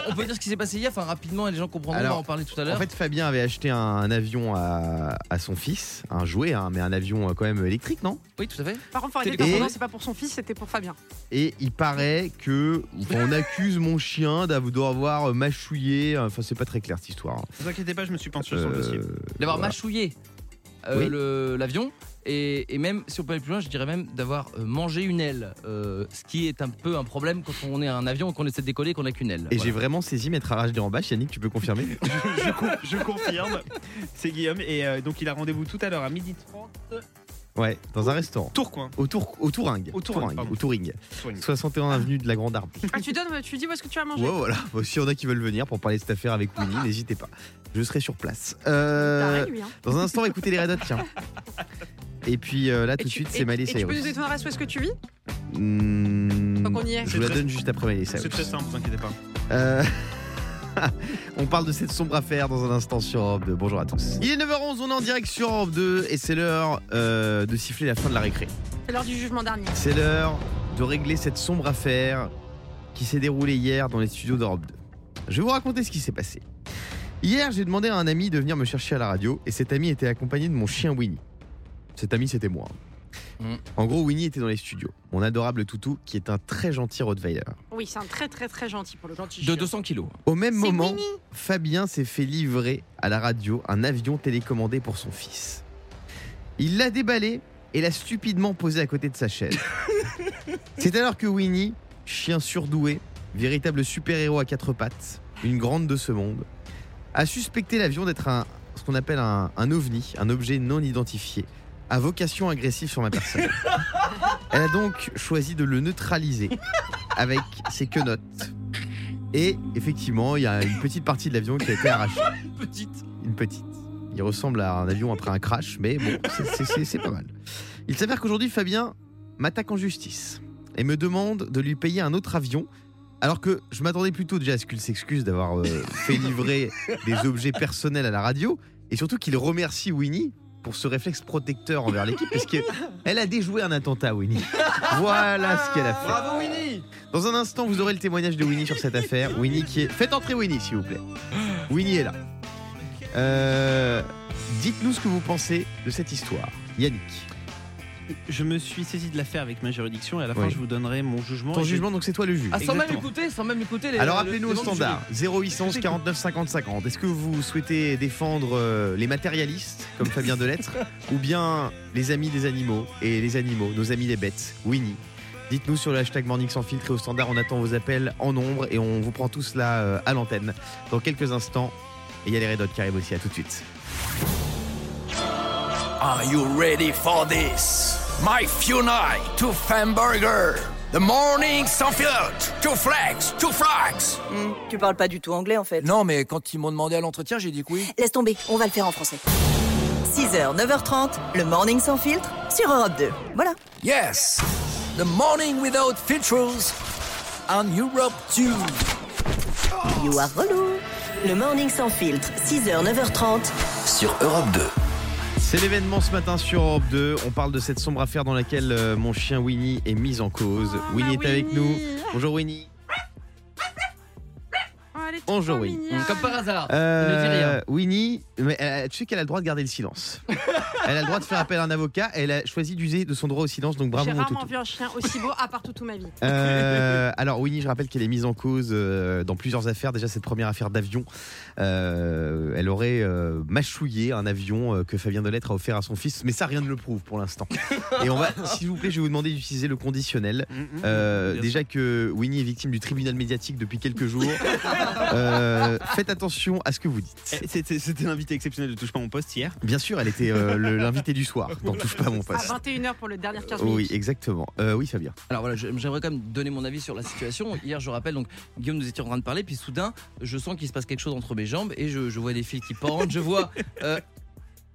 Speaker 6: on on peut dire ce qui s'est passé hier, enfin rapidement, et les gens comprendront, on
Speaker 3: Alors,
Speaker 6: va en parler tout à l'heure.
Speaker 3: En fait, Fabien avait acheté un, un avion à, à son fils, un jouet, hein, mais un avion euh, quand même électrique, non
Speaker 6: oui, tout
Speaker 3: euh,
Speaker 6: à fait.
Speaker 4: Par contre, faut arrêter
Speaker 3: Et-
Speaker 4: de confondre, c'est pas pour son fils, c'était pour Fabien.
Speaker 3: Et il paraît que enfin, on accuse mon chien d'av- d'avoir mâchouillé. Enfin, c'est pas très clair cette histoire. hein.
Speaker 5: Vous inquiétez pas, je me suis penché sur le
Speaker 3: Euh,
Speaker 5: dossier.
Speaker 6: D'avoir
Speaker 3: voilà.
Speaker 6: mâchouillé euh,
Speaker 3: Oui.
Speaker 6: le- l'avion. Et, et même, si on peut aller plus loin, je dirais même d'avoir euh, mangé une aile. euh, ce qui est un peu un problème quand on est un avion et qu'on essaie de décoller et qu'on n'a qu'une aile.
Speaker 3: Et
Speaker 6: Voilà.
Speaker 3: j'ai vraiment saisi mes rage des embâches. Yannick, tu peux confirmer
Speaker 5: je, con- je confirme, c'est Guillaume. Et euh, donc, il a rendez-vous tout à l'heure à 12h30.
Speaker 3: Ouais, dans un restaurant.
Speaker 5: Tourcoing.
Speaker 3: Au, tour, au Touring.
Speaker 5: Au Touring, pardon.
Speaker 3: Au Touring.
Speaker 5: Soigne.
Speaker 3: 61 avenue de la Grande Armée.
Speaker 4: Ah, tu donnes, tu dis où est-ce que tu as mangé
Speaker 3: Ouais, voilà. Bon, S'il y en a qui veulent venir pour parler de cette affaire avec Winnie, n'hésitez pas. Je serai sur place.
Speaker 4: T'as
Speaker 3: Euh,
Speaker 4: rien, lui, hein.
Speaker 3: dans un instant, écoutez les Red Hot, tiens. Et puis euh, là,
Speaker 4: Et
Speaker 3: tout de
Speaker 4: tu-
Speaker 3: suite,
Speaker 4: et-
Speaker 3: c'est Miley
Speaker 4: Et tu peux nous
Speaker 3: Cyrus.
Speaker 4: donner ton adresse où est-ce que tu vis
Speaker 3: Mmh,
Speaker 4: Tant qu'on y est.
Speaker 3: Je
Speaker 5: C'est
Speaker 3: vous la
Speaker 5: très-
Speaker 3: donne juste après Miley
Speaker 5: C'est
Speaker 3: Cyrus.
Speaker 5: très simple, vous inquiétez pas.
Speaker 3: Euh, on parle de cette sombre affaire dans un instant sur Europe 2. Bonjour à tous. Il est 9h11, on est en direct sur Europe 2 et c'est l'heure euh, de siffler la fin de la récré.
Speaker 4: C'est l'heure du jugement dernier.
Speaker 3: C'est l'heure de régler cette sombre affaire qui s'est déroulée hier dans les studios d'Europe 2. Je vais vous raconter ce qui s'est passé. Hier, j'ai demandé à un ami de venir me chercher à la radio et cet ami était accompagné de mon chien Winnie. Cet ami, c'était moi.
Speaker 6: Mm.
Speaker 3: En gros, Winnie était dans les studios. Mon adorable toutou, qui est un très gentil Rottweiler.
Speaker 4: Oui, c'est un très très très gentil pour le gentil.
Speaker 6: De 200 kilos.
Speaker 3: Au même
Speaker 4: C'est
Speaker 3: moment,
Speaker 4: Winnie.
Speaker 3: Fabien s'est fait livrer à la radio un avion télécommandé pour son fils. Il l'a déballé et l'a stupidement posé à côté de sa chaise. C'est alors que Winnie, chien surdoué, véritable super-héros à quatre pattes, une grande de ce monde, a suspecté l'avion d'être un, ce qu'on appelle un, un ovni, un objet non identifié, à vocation agressive sur ma personne. Elle a donc choisi de le neutraliser avec ses quenottes. Et effectivement, il y a une petite partie de l'avion qui a été arrachée.
Speaker 6: Petite.
Speaker 3: Une petite. Il ressemble à un avion après un crash, mais bon, c'est- c'est- c'est c'est pas mal. Il s'avère qu'aujourd'hui, Fabien m'attaque en justice et me demande de lui payer un autre avion, alors que je m'attendais plutôt déjà à ce qu'il s'excuse d'avoir euh, fait livrer des objets personnels à la radio, et surtout qu'il remercie Winnie pour ce réflexe protecteur envers l'équipe, parce qu'elle a déjoué un attentat, Winnie. Voilà ce qu'elle a fait.
Speaker 9: Bravo Winnie
Speaker 3: Dans un instant, vous aurez le témoignage de Winnie sur cette affaire. Winnie qui est. Faites entrer Winnie, s'il vous plaît. Winnie est là. Euh, Dites-nous ce que vous pensez de cette histoire. Yannick.
Speaker 5: Je me suis saisi de l'affaire avec ma juridiction et à la fin,
Speaker 3: Oui.
Speaker 5: je vous donnerai mon jugement.
Speaker 3: Ton
Speaker 5: et je-
Speaker 3: jugement, donc c'est toi le juge.
Speaker 6: Ah, sans
Speaker 5: Exactement.
Speaker 6: même écouter, sans même écouter les.
Speaker 9: euh,
Speaker 3: Alors
Speaker 6: le-
Speaker 3: appelez-nous
Speaker 6: les
Speaker 3: au
Speaker 6: membres du
Speaker 3: standard 0811 49 50 50. Est-ce que vous souhaitez défendre euh, les matérialistes comme Fabien Delettre ou bien les amis des animaux et les animaux, nos amis des bêtes, Winnie Dites-nous sur le hashtag Morning Sans Filtre et au standard, on attend vos appels en nombre et on vous prend tous là euh, à l'antenne dans quelques instants. Et il y a les Red Hot qui arrivent aussi, à tout de suite.
Speaker 2: Are you ready for this? My few night to Famburger. The morning sans filtre. To flex, to flex.
Speaker 1: Hmm, tu parles pas du tout anglais en fait.
Speaker 2: Non, mais quand ils m'ont demandé à l'entretien, j'ai dit que oui.
Speaker 1: Laisse tomber, on va le faire en français. 6h, 9h30, le morning sans filtre sur Europe 2. Voilà.
Speaker 2: Yes. The morning without filters. On Europe 2.
Speaker 1: You are relou. Le morning sans filtre, 6h, 9h30.
Speaker 2: Sur Europe 2.
Speaker 3: C'est l'événement ce matin sur Europe 2. On parle de cette sombre affaire dans laquelle euh, mon chien Winnie est mis en cause.
Speaker 5: Ah,
Speaker 3: Winnie
Speaker 5: bah
Speaker 3: est avec nous. Bonjour Winnie.
Speaker 4: Oh, elle est trop
Speaker 3: Bonjour, oui.
Speaker 4: mignonne.
Speaker 6: Mmh, Comme par hasard.
Speaker 3: Euh,
Speaker 6: Il ne dit rien.
Speaker 3: Winnie, mais, euh, tu sais qu'elle a le droit de garder le silence. elle a le droit de faire appel à un avocat. Elle a choisi d'user de son droit au silence, donc bravo
Speaker 4: J'ai
Speaker 3: mon
Speaker 4: rarement
Speaker 3: toutou.
Speaker 4: vu un chien aussi beau à part toute ma vie.
Speaker 3: Euh, alors Winnie, je rappelle qu'elle est mise en cause euh, dans plusieurs affaires. Déjà cette première affaire d'avion, Euh, elle aurait euh, mâchouillé un avion euh, que Fabien Delettre a offert à son fils, mais ça rien ne le prouve pour l'instant. Et on va, s'il vous plaît, je vais vous demander d'utiliser le conditionnel.
Speaker 5: Mhm.
Speaker 3: Euh,
Speaker 5: Bien
Speaker 3: déjà que Winnie est victime du tribunal médiatique depuis quelques jours. Euh, faites attention à ce que vous dites.
Speaker 5: Eh, C'était c'était l'invité exceptionnel de Touche pas mon poste hier.
Speaker 6: Eh.
Speaker 3: Bien sûr, elle était euh, le- l'invitée du soir. N'en touche pas à mon
Speaker 4: À
Speaker 3: poste.
Speaker 4: 21h pour le dernier
Speaker 6: Ah,
Speaker 4: 15
Speaker 3: Oui,
Speaker 4: minutes.
Speaker 3: exactement. Euh, oui, Fabien.
Speaker 6: Alors voilà, je- j'aimerais quand même donner mon avis sur la situation. Hier, je rappelle, donc Guillaume, nous étions en train de parler, puis soudain, je sens qu'il se passe quelque chose entre mes jambes et je, je vois des fils qui pendent, je vois euh,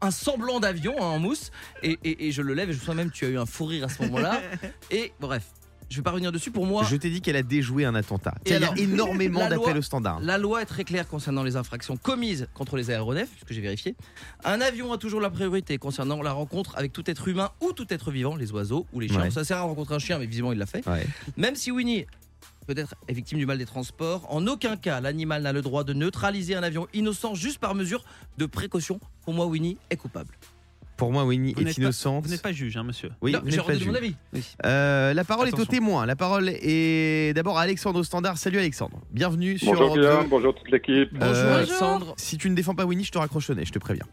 Speaker 6: un semblant d'avion hein, en mousse et, et- et je le lève et je sens même tu as eu un fou rire à ce moment-là. Et bref, je vais pas revenir dessus. Pour moi,
Speaker 3: Je t'ai dit qu'elle a déjoué un attentat. Il
Speaker 6: Et
Speaker 3: y a
Speaker 6: alors,
Speaker 3: énormément
Speaker 6: la loi-
Speaker 3: d'appels au standard.
Speaker 6: la loi est très claire concernant les infractions commises contre les aéronefs, puisque j'ai vérifié. Un avion a toujours la priorité concernant la rencontre avec tout être humain ou tout être vivant, les oiseaux ou les chiens.
Speaker 3: Ouais.
Speaker 6: Ça sert à rencontrer un chien, mais visiblement il l'a fait.
Speaker 3: Ouais.
Speaker 6: Même si Winnie peut-être est victime du mal des transports, en aucun cas l'animal n'a le droit de neutraliser un avion innocent juste par mesure de précaution. Pour moi, Winnie est coupable.
Speaker 3: Pour moi, Winnie
Speaker 5: Vous
Speaker 3: est
Speaker 5: n'êtes pas-
Speaker 3: innocente.
Speaker 5: Vous n'êtes pas juge, hein, monsieur.
Speaker 3: Oui,
Speaker 6: Non,
Speaker 3: vous
Speaker 6: j'ai
Speaker 3: n'êtes pas
Speaker 6: redonné
Speaker 3: juge.
Speaker 6: mon avis.
Speaker 3: Euh, la parole est au
Speaker 5: Attention.
Speaker 3: témoin. La parole est d'abord à Alexandre au standard. Salut Alexandre. Bienvenue sur
Speaker 8: Bonjour
Speaker 3: Europe
Speaker 8: Guillaume,
Speaker 3: 2.
Speaker 8: bonjour toute l'équipe.
Speaker 3: Euh,
Speaker 6: Bonjour Alexandre.
Speaker 3: Si tu ne défends pas Winnie, je te raccroche au nez, je te préviens.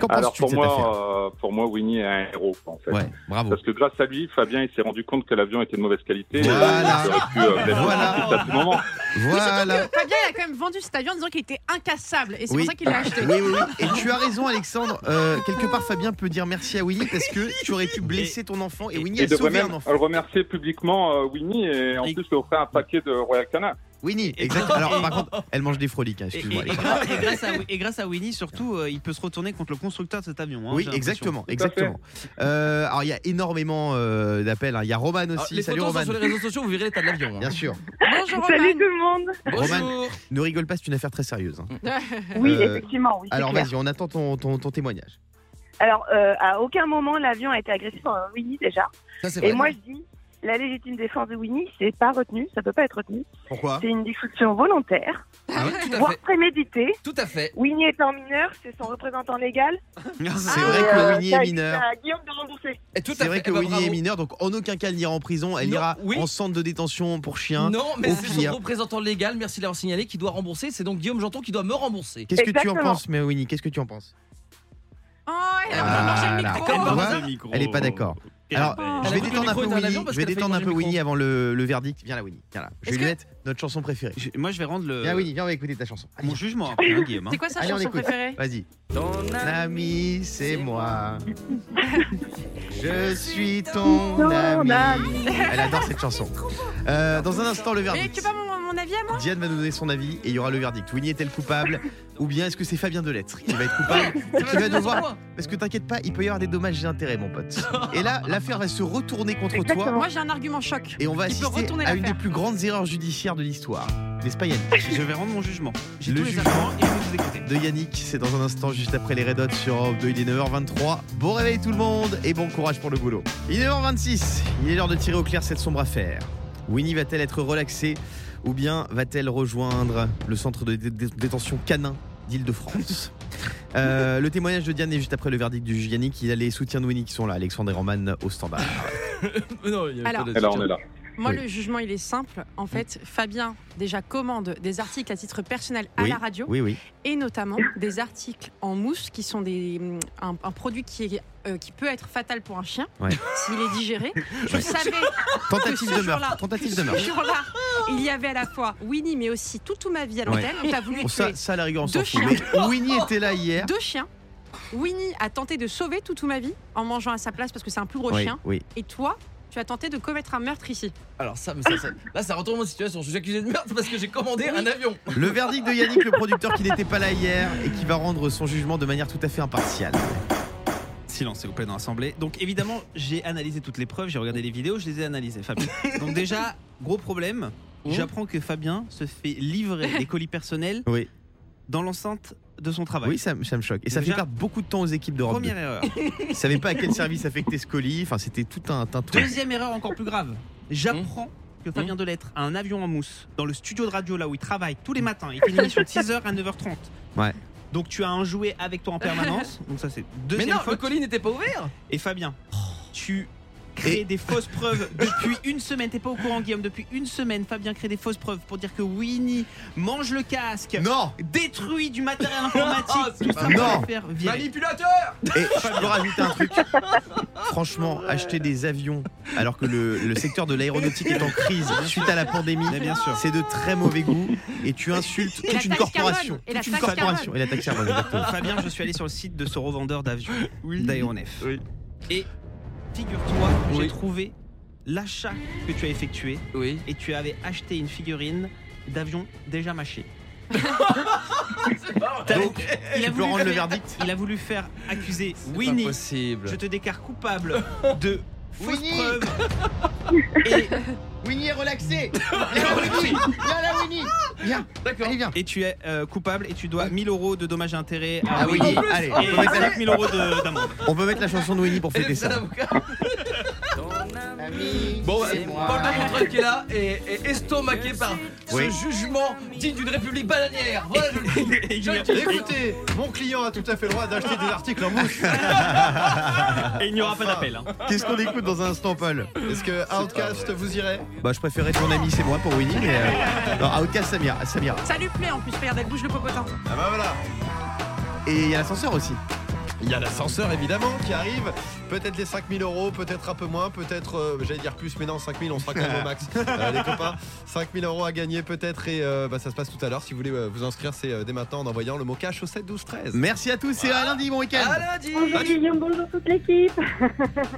Speaker 3: Qu'en
Speaker 8: Alors
Speaker 3: penses-tu de
Speaker 8: pour
Speaker 3: cette affaire
Speaker 8: moi, euh, pour moi, Winnie est un héros en fait.
Speaker 3: Ouais, bravo.
Speaker 8: Parce que grâce à lui, Fabien, il s'est rendu compte que l'avion était de mauvaise qualité.
Speaker 3: Voilà.
Speaker 8: Il aurait pu euh, l'être
Speaker 3: Voilà.
Speaker 8: à tout moment.
Speaker 3: Voilà.
Speaker 4: Fabien, il a quand même vendu cet avion en disant qu'il était incassable. Et c'est
Speaker 3: Oui.
Speaker 4: pour ça qu'il l'a acheté.
Speaker 3: Oui, oui, oui. Et tu as raison, Alexandre. Euh, quelque part, Fabien peut dire merci à Winnie parce que tu aurais pu blesser ton enfant et Winnie
Speaker 8: Il
Speaker 3: a
Speaker 8: devrait
Speaker 3: sauvé
Speaker 8: même
Speaker 3: un enfant.
Speaker 8: remercier publiquement euh, Winnie et en
Speaker 5: Et-
Speaker 8: plus lui offrir un paquet de Royal Canin.
Speaker 3: Winnie, exact. Alors, par contre, elle mange des froliques, hein,
Speaker 5: Et, et-
Speaker 3: excuse-moi.
Speaker 5: et
Speaker 3: Alexandre.
Speaker 5: grâce, et grâce à, et grâce à Winnie, surtout, euh, il peut se retourner contre le constructeur de cet avion. hein,
Speaker 3: Oui,
Speaker 5: j'ai l'impression.
Speaker 3: exactement,
Speaker 8: à fait.
Speaker 3: exactement. Euh, alors il y a énormément euh, d'appels. hein. Il y a Roman
Speaker 6: Alors,
Speaker 3: aussi.
Speaker 6: Ah, les
Speaker 3: Salut
Speaker 6: photos sont
Speaker 3: Roman.
Speaker 6: sur les réseaux sociaux, vous verrez l'état de l'avion. hein.
Speaker 3: Bien sûr.
Speaker 4: Bonjour Roman.
Speaker 7: Salut tout le monde.
Speaker 6: Bonjour.
Speaker 3: Ne rigole pas, c'est une affaire très sérieuse. hein.
Speaker 4: Oh,
Speaker 7: Oui,
Speaker 3: Euh,
Speaker 7: effectivement, oui. c'est
Speaker 3: Alors
Speaker 7: clair.
Speaker 3: vas-y, on attend ton, ton, ton témoignage.
Speaker 7: Alors, euh, à aucun moment l'avion a été agressé par Winnie déjà.
Speaker 6: Ça c'est
Speaker 7: Et
Speaker 6: vrai.
Speaker 7: moi, je dis, la légitime défense de Winnie, c'est pas retenu, ça peut pas être retenu.
Speaker 3: Pourquoi
Speaker 7: C'est une destruction volontaire,
Speaker 6: Ah oui, tout à
Speaker 7: voire
Speaker 6: fait.
Speaker 7: préméditée.
Speaker 6: Tout à fait.
Speaker 7: Winnie est en mineur, c'est son représentant légal.
Speaker 5: Ah,
Speaker 3: C'est
Speaker 7: Et,
Speaker 3: vrai que
Speaker 7: euh,
Speaker 3: Winnie
Speaker 7: ça
Speaker 3: est
Speaker 7: a-
Speaker 3: mineure.
Speaker 7: ça a Guillaume de rembourser.
Speaker 6: Et tout
Speaker 3: C'est
Speaker 6: à
Speaker 3: vrai
Speaker 6: fait.
Speaker 3: que
Speaker 6: Eh ben,
Speaker 3: Winnie est
Speaker 6: bravo.
Speaker 3: mineure, donc en aucun cas elle n'ira en prison. Elle
Speaker 6: Non,
Speaker 3: ira
Speaker 6: oui.
Speaker 3: en centre de détention pour chiens.
Speaker 6: Non, mais
Speaker 3: au
Speaker 6: c'est son
Speaker 3: pire.
Speaker 6: représentant légal, merci de l'avoir signalé, qui doit rembourser. C'est donc Guillaume Janton qui doit me rembourser.
Speaker 3: Qu'est-ce que tu en
Speaker 7: Exactement.
Speaker 3: penses, mais Winnie Qu'est-ce que tu en penses
Speaker 4: Oh, elle a mangé
Speaker 3: Voilà.
Speaker 4: le
Speaker 3: Comme
Speaker 4: micro.
Speaker 3: par
Speaker 5: Dans un
Speaker 3: hasard,
Speaker 5: micro. Ah, bah,
Speaker 3: elle est pas d'accord.
Speaker 5: Quelle
Speaker 3: Alors,
Speaker 5: belle.
Speaker 4: Elle
Speaker 3: Je
Speaker 4: a
Speaker 3: vais
Speaker 4: cru que le
Speaker 3: détendre un peu
Speaker 6: micro était un
Speaker 3: Winnie.
Speaker 6: avion parce
Speaker 3: Je vais
Speaker 6: qu'elle a
Speaker 3: détendre un
Speaker 6: failli
Speaker 3: peu
Speaker 6: manger le
Speaker 3: Winnie avant le, le verdict. Viens là, Winnie. Viens là. Je vais
Speaker 4: Est-ce
Speaker 3: lui
Speaker 4: que-
Speaker 3: mettre notre chanson préférée.
Speaker 5: Je- Moi, je vais rendre le,
Speaker 3: Viens Ah, Winnie, viens, on va écouter ta chanson. Allez,
Speaker 5: mon jugement après, hein, Guillaume. hein.
Speaker 4: C'est quoi sa
Speaker 3: Allez, on
Speaker 4: chanson
Speaker 3: écoute.
Speaker 4: préférée
Speaker 3: Vas-y.
Speaker 6: Ton
Speaker 3: Mon ami, c'est moi. Je suis ton
Speaker 7: Ton
Speaker 3: ami.
Speaker 7: ami.
Speaker 3: Elle adore cette chanson. Euh, dans un instant, le
Speaker 4: Mais
Speaker 3: verdict.
Speaker 4: tu veux pas mon, mon avis à moi
Speaker 3: Diane va nous donner son avis et il y aura le verdict. Winnie est-elle coupable Ou bien est-ce que c'est Fabien Delettre qui va être coupable et qui va devoir. Parce que t'inquiète pas, il peut y avoir des dommages et intérêts, mon pote. Et là, l'affaire va se retourner contre toi
Speaker 7: Exactement.
Speaker 4: Moi j'ai un argument choc.
Speaker 3: et on va
Speaker 4: Il peut
Speaker 3: assister
Speaker 4: retourner
Speaker 3: à une des
Speaker 4: l'affaire.
Speaker 3: plus grandes erreurs judiciaires de l'histoire. N'est-ce pas, Yannick
Speaker 5: Je vais rendre mon jugement. J'ai
Speaker 3: Le
Speaker 5: tous les
Speaker 3: jugement.
Speaker 5: arguments et vous écoutez.
Speaker 3: de Yannick, c'est dans un instant juste après les Red Hot sur Europe 2, il est 9h23. Bon réveil tout le monde et bon courage pour le boulot. Il est 9h26, il est l'heure de tirer au clair cette sombre affaire. Winnie va-t-elle être relaxée ou bien va-t-elle rejoindre le centre de dé- dé- détention canin d'Île-de-France Euh, le témoignage de Diane est juste après le verdict du juge Yannick. Il y a les soutiens de Winnie qui sont là, Alexandre et Roman au standard.
Speaker 6: Non, il y avait
Speaker 4: Alors.
Speaker 6: pas de
Speaker 8: Et là, on est là.
Speaker 4: Moi,
Speaker 3: Oui.
Speaker 4: le jugement, il est simple. En fait, Fabien déjà commande des articles à titre personnel à
Speaker 3: Oui.
Speaker 4: la radio
Speaker 3: Oui, oui.
Speaker 4: et notamment des articles en mousse qui sont des, hum, un, un produit qui, est, euh, qui peut être fatal pour un chien
Speaker 3: Ouais.
Speaker 4: s'il est digéré. Je
Speaker 3: Ouais.
Speaker 4: savais
Speaker 3: Tentative
Speaker 4: que ce
Speaker 3: de meurtre.
Speaker 4: jour-là-
Speaker 3: Tentative
Speaker 4: que
Speaker 3: de
Speaker 4: ce
Speaker 3: meurtre.
Speaker 4: jour-là, il y avait à la fois Winnie, mais aussi Toutou ma vie à l'antenne. Donc, t'as voulu
Speaker 3: Bon, ça,
Speaker 4: tuer
Speaker 3: ça, à la rigueur, on s'en
Speaker 4: Deux
Speaker 3: fout.
Speaker 4: chiens.
Speaker 3: Mais Winnie était là hier.
Speaker 4: deux chiens. Winnie a tenté de sauver Toutou ma vie en mangeant à sa place parce que c'est un plus gros
Speaker 3: Oui,
Speaker 4: chien.
Speaker 3: oui.
Speaker 4: Et toi, tu as tenté de commettre un meurtre ici.
Speaker 6: Alors ça, mais ça, ça- là, ça retourne ma situation. Je suis accusé de meurtre parce que j'ai commandé un avion.
Speaker 3: Le verdict de Yannick, le producteur qui n'était pas là hier et qui va rendre son jugement de manière tout à fait impartiale.
Speaker 5: Silence, s'il vous plaît, dans l'assemblée. Donc, évidemment, j'ai analysé toutes les preuves, j'ai regardé les vidéos, je les ai analysées, Fabien. Donc, déjà, gros problème,
Speaker 6: Mhm.
Speaker 5: j'apprends que Fabien se fait livrer des colis personnels
Speaker 3: Oui.
Speaker 5: dans l'enceinte de son travail.
Speaker 3: Oui, ça, me- ça me choque. Et ça
Speaker 5: Déjà-
Speaker 3: fait perdre beaucoup de temps aux équipes d'Europe.
Speaker 5: Première erreur.
Speaker 3: Ils savaient pas à quel service affecter ce colis. Enfin, c'était tout un tintouin.
Speaker 5: Deuxième erreur encore plus grave, j'apprends
Speaker 6: Mmh.
Speaker 5: que Fabien Delettre a un avion en mousse dans le studio de radio là où il travaille tous les matins. Il fait une émission de 6h à 9h30.
Speaker 3: Ouais.
Speaker 5: Donc tu as un jouet avec toi en permanence. Donc ça c'est
Speaker 6: Mais
Speaker 5: deuxième
Speaker 6: non, le
Speaker 5: faute.
Speaker 6: colis n'était pas ouvert.
Speaker 5: Et Fabien, tu crées des fausses preuves depuis une semaine. T'es pas au courant, Guillaume. Depuis une semaine, Fabien crée des fausses preuves pour dire que Winnie mange le casque,
Speaker 3: Non
Speaker 5: détruit du matériel informatique.
Speaker 6: Ah, c'est
Speaker 5: tout
Speaker 3: pas
Speaker 5: ça pour
Speaker 3: vrai.
Speaker 5: le faire virer.
Speaker 6: Manipulateur.
Speaker 3: Et je peux rajouter un truc. Franchement, acheter des avions alors que le, le secteur de l'aéronautique est en crise suite à la pandémie, c'est de très mauvais goût. Et tu insultes
Speaker 4: Et la
Speaker 3: toute une
Speaker 4: taxe
Speaker 3: corporation.
Speaker 4: carbone. Et la
Speaker 3: toute une
Speaker 4: taxe
Speaker 3: corporation. Et la taxe carbone, exactement.
Speaker 5: Fabien, je suis allé sur le site de ce revendeur d'avions d'aéronefs. Et figure-toi, que j'ai
Speaker 6: Oui.
Speaker 5: trouvé l'achat que tu as effectué
Speaker 6: Oui.
Speaker 5: et tu avais acheté une figurine d'avion déjà mâché.
Speaker 3: Donc,
Speaker 5: Il a,
Speaker 3: tu peux
Speaker 5: voulu
Speaker 3: rendre le
Speaker 5: faire-
Speaker 3: verdict
Speaker 5: il a voulu faire accuser
Speaker 6: Winnie.
Speaker 5: Winnie. Je te déclare coupable de Fausse
Speaker 3: Winnie
Speaker 5: preuve.
Speaker 3: Winnie est relaxé Viens là, Winnie Viens là, Winnie Viens
Speaker 6: D'accord.
Speaker 3: Allez, viens
Speaker 5: Et tu es euh, coupable et tu dois 1000 euros de dommages et intérêts à
Speaker 3: Ah,
Speaker 5: Winnie.
Speaker 3: Winnie, allez, on peut,
Speaker 5: Et
Speaker 3: mettre la,
Speaker 5: 5000 euros de- d'amende.
Speaker 3: on peut mettre la chanson de Winnie pour
Speaker 6: Et
Speaker 3: fêter
Speaker 6: le seul
Speaker 3: ça.
Speaker 6: avocat.
Speaker 3: Bon,
Speaker 6: C'est Paul de Montreuil qui est là et, et estomaqué par
Speaker 3: Oui.
Speaker 6: ce jugement digne d'une république bananière. Voilà, je le dis.
Speaker 5: Et il
Speaker 6: Je
Speaker 5: n'y
Speaker 6: le
Speaker 5: aura-
Speaker 6: dis.
Speaker 10: Écoutez, mon client a tout à fait le droit d'acheter des articles en mousse.
Speaker 5: et il n'y aura pas d'appel. hein.
Speaker 3: Qu'est-ce qu'on écoute dans un instant, Paul
Speaker 10: Est-ce que Outcast vous irez
Speaker 3: Bah, je préférais ton ami, c'est moi pour Winnie, mais. euh, Non, Outcast, Samir. Samir.
Speaker 4: Ça lui plaît en plus, regarde, elle bouge le popotin.
Speaker 10: Ah bah voilà
Speaker 3: Et il y a l'ascenseur aussi.
Speaker 10: Il y a l'ascenseur évidemment qui arrive. Peut-être les 5000 euros, peut-être un peu moins, peut-être, euh, j'allais dire plus, mais non, 5000, on sera quand même au max. Euh, les copains, 5000 euros à gagner peut-être et euh, bah, ça se passe tout à l'heure. Si vous voulez euh, vous inscrire, c'est euh, dès maintenant en envoyant le mot cash au 7 12 13.
Speaker 3: Merci à tous et à lundi, bon week-end
Speaker 6: À lundi.
Speaker 7: Bonjour Guillaume, bonjour toute l'équipe.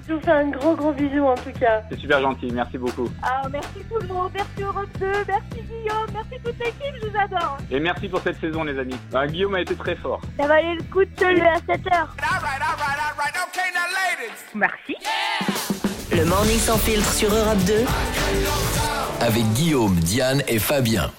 Speaker 7: Je vous fais un gros gros bisou en tout cas.
Speaker 8: C'est super gentil, merci beaucoup.
Speaker 7: Ah, merci tout le monde, merci Europe 2, merci Guillaume, merci toute l'équipe, je vous adore.
Speaker 8: Et merci pour cette saison, les amis. Ben, Guillaume a été très fort.
Speaker 7: Ça valait le coup de te lever à 7h.
Speaker 1: Merci. Le Morning sans filtre sur Europe 2.
Speaker 2: Avec Guillaume, Diane et Fabien.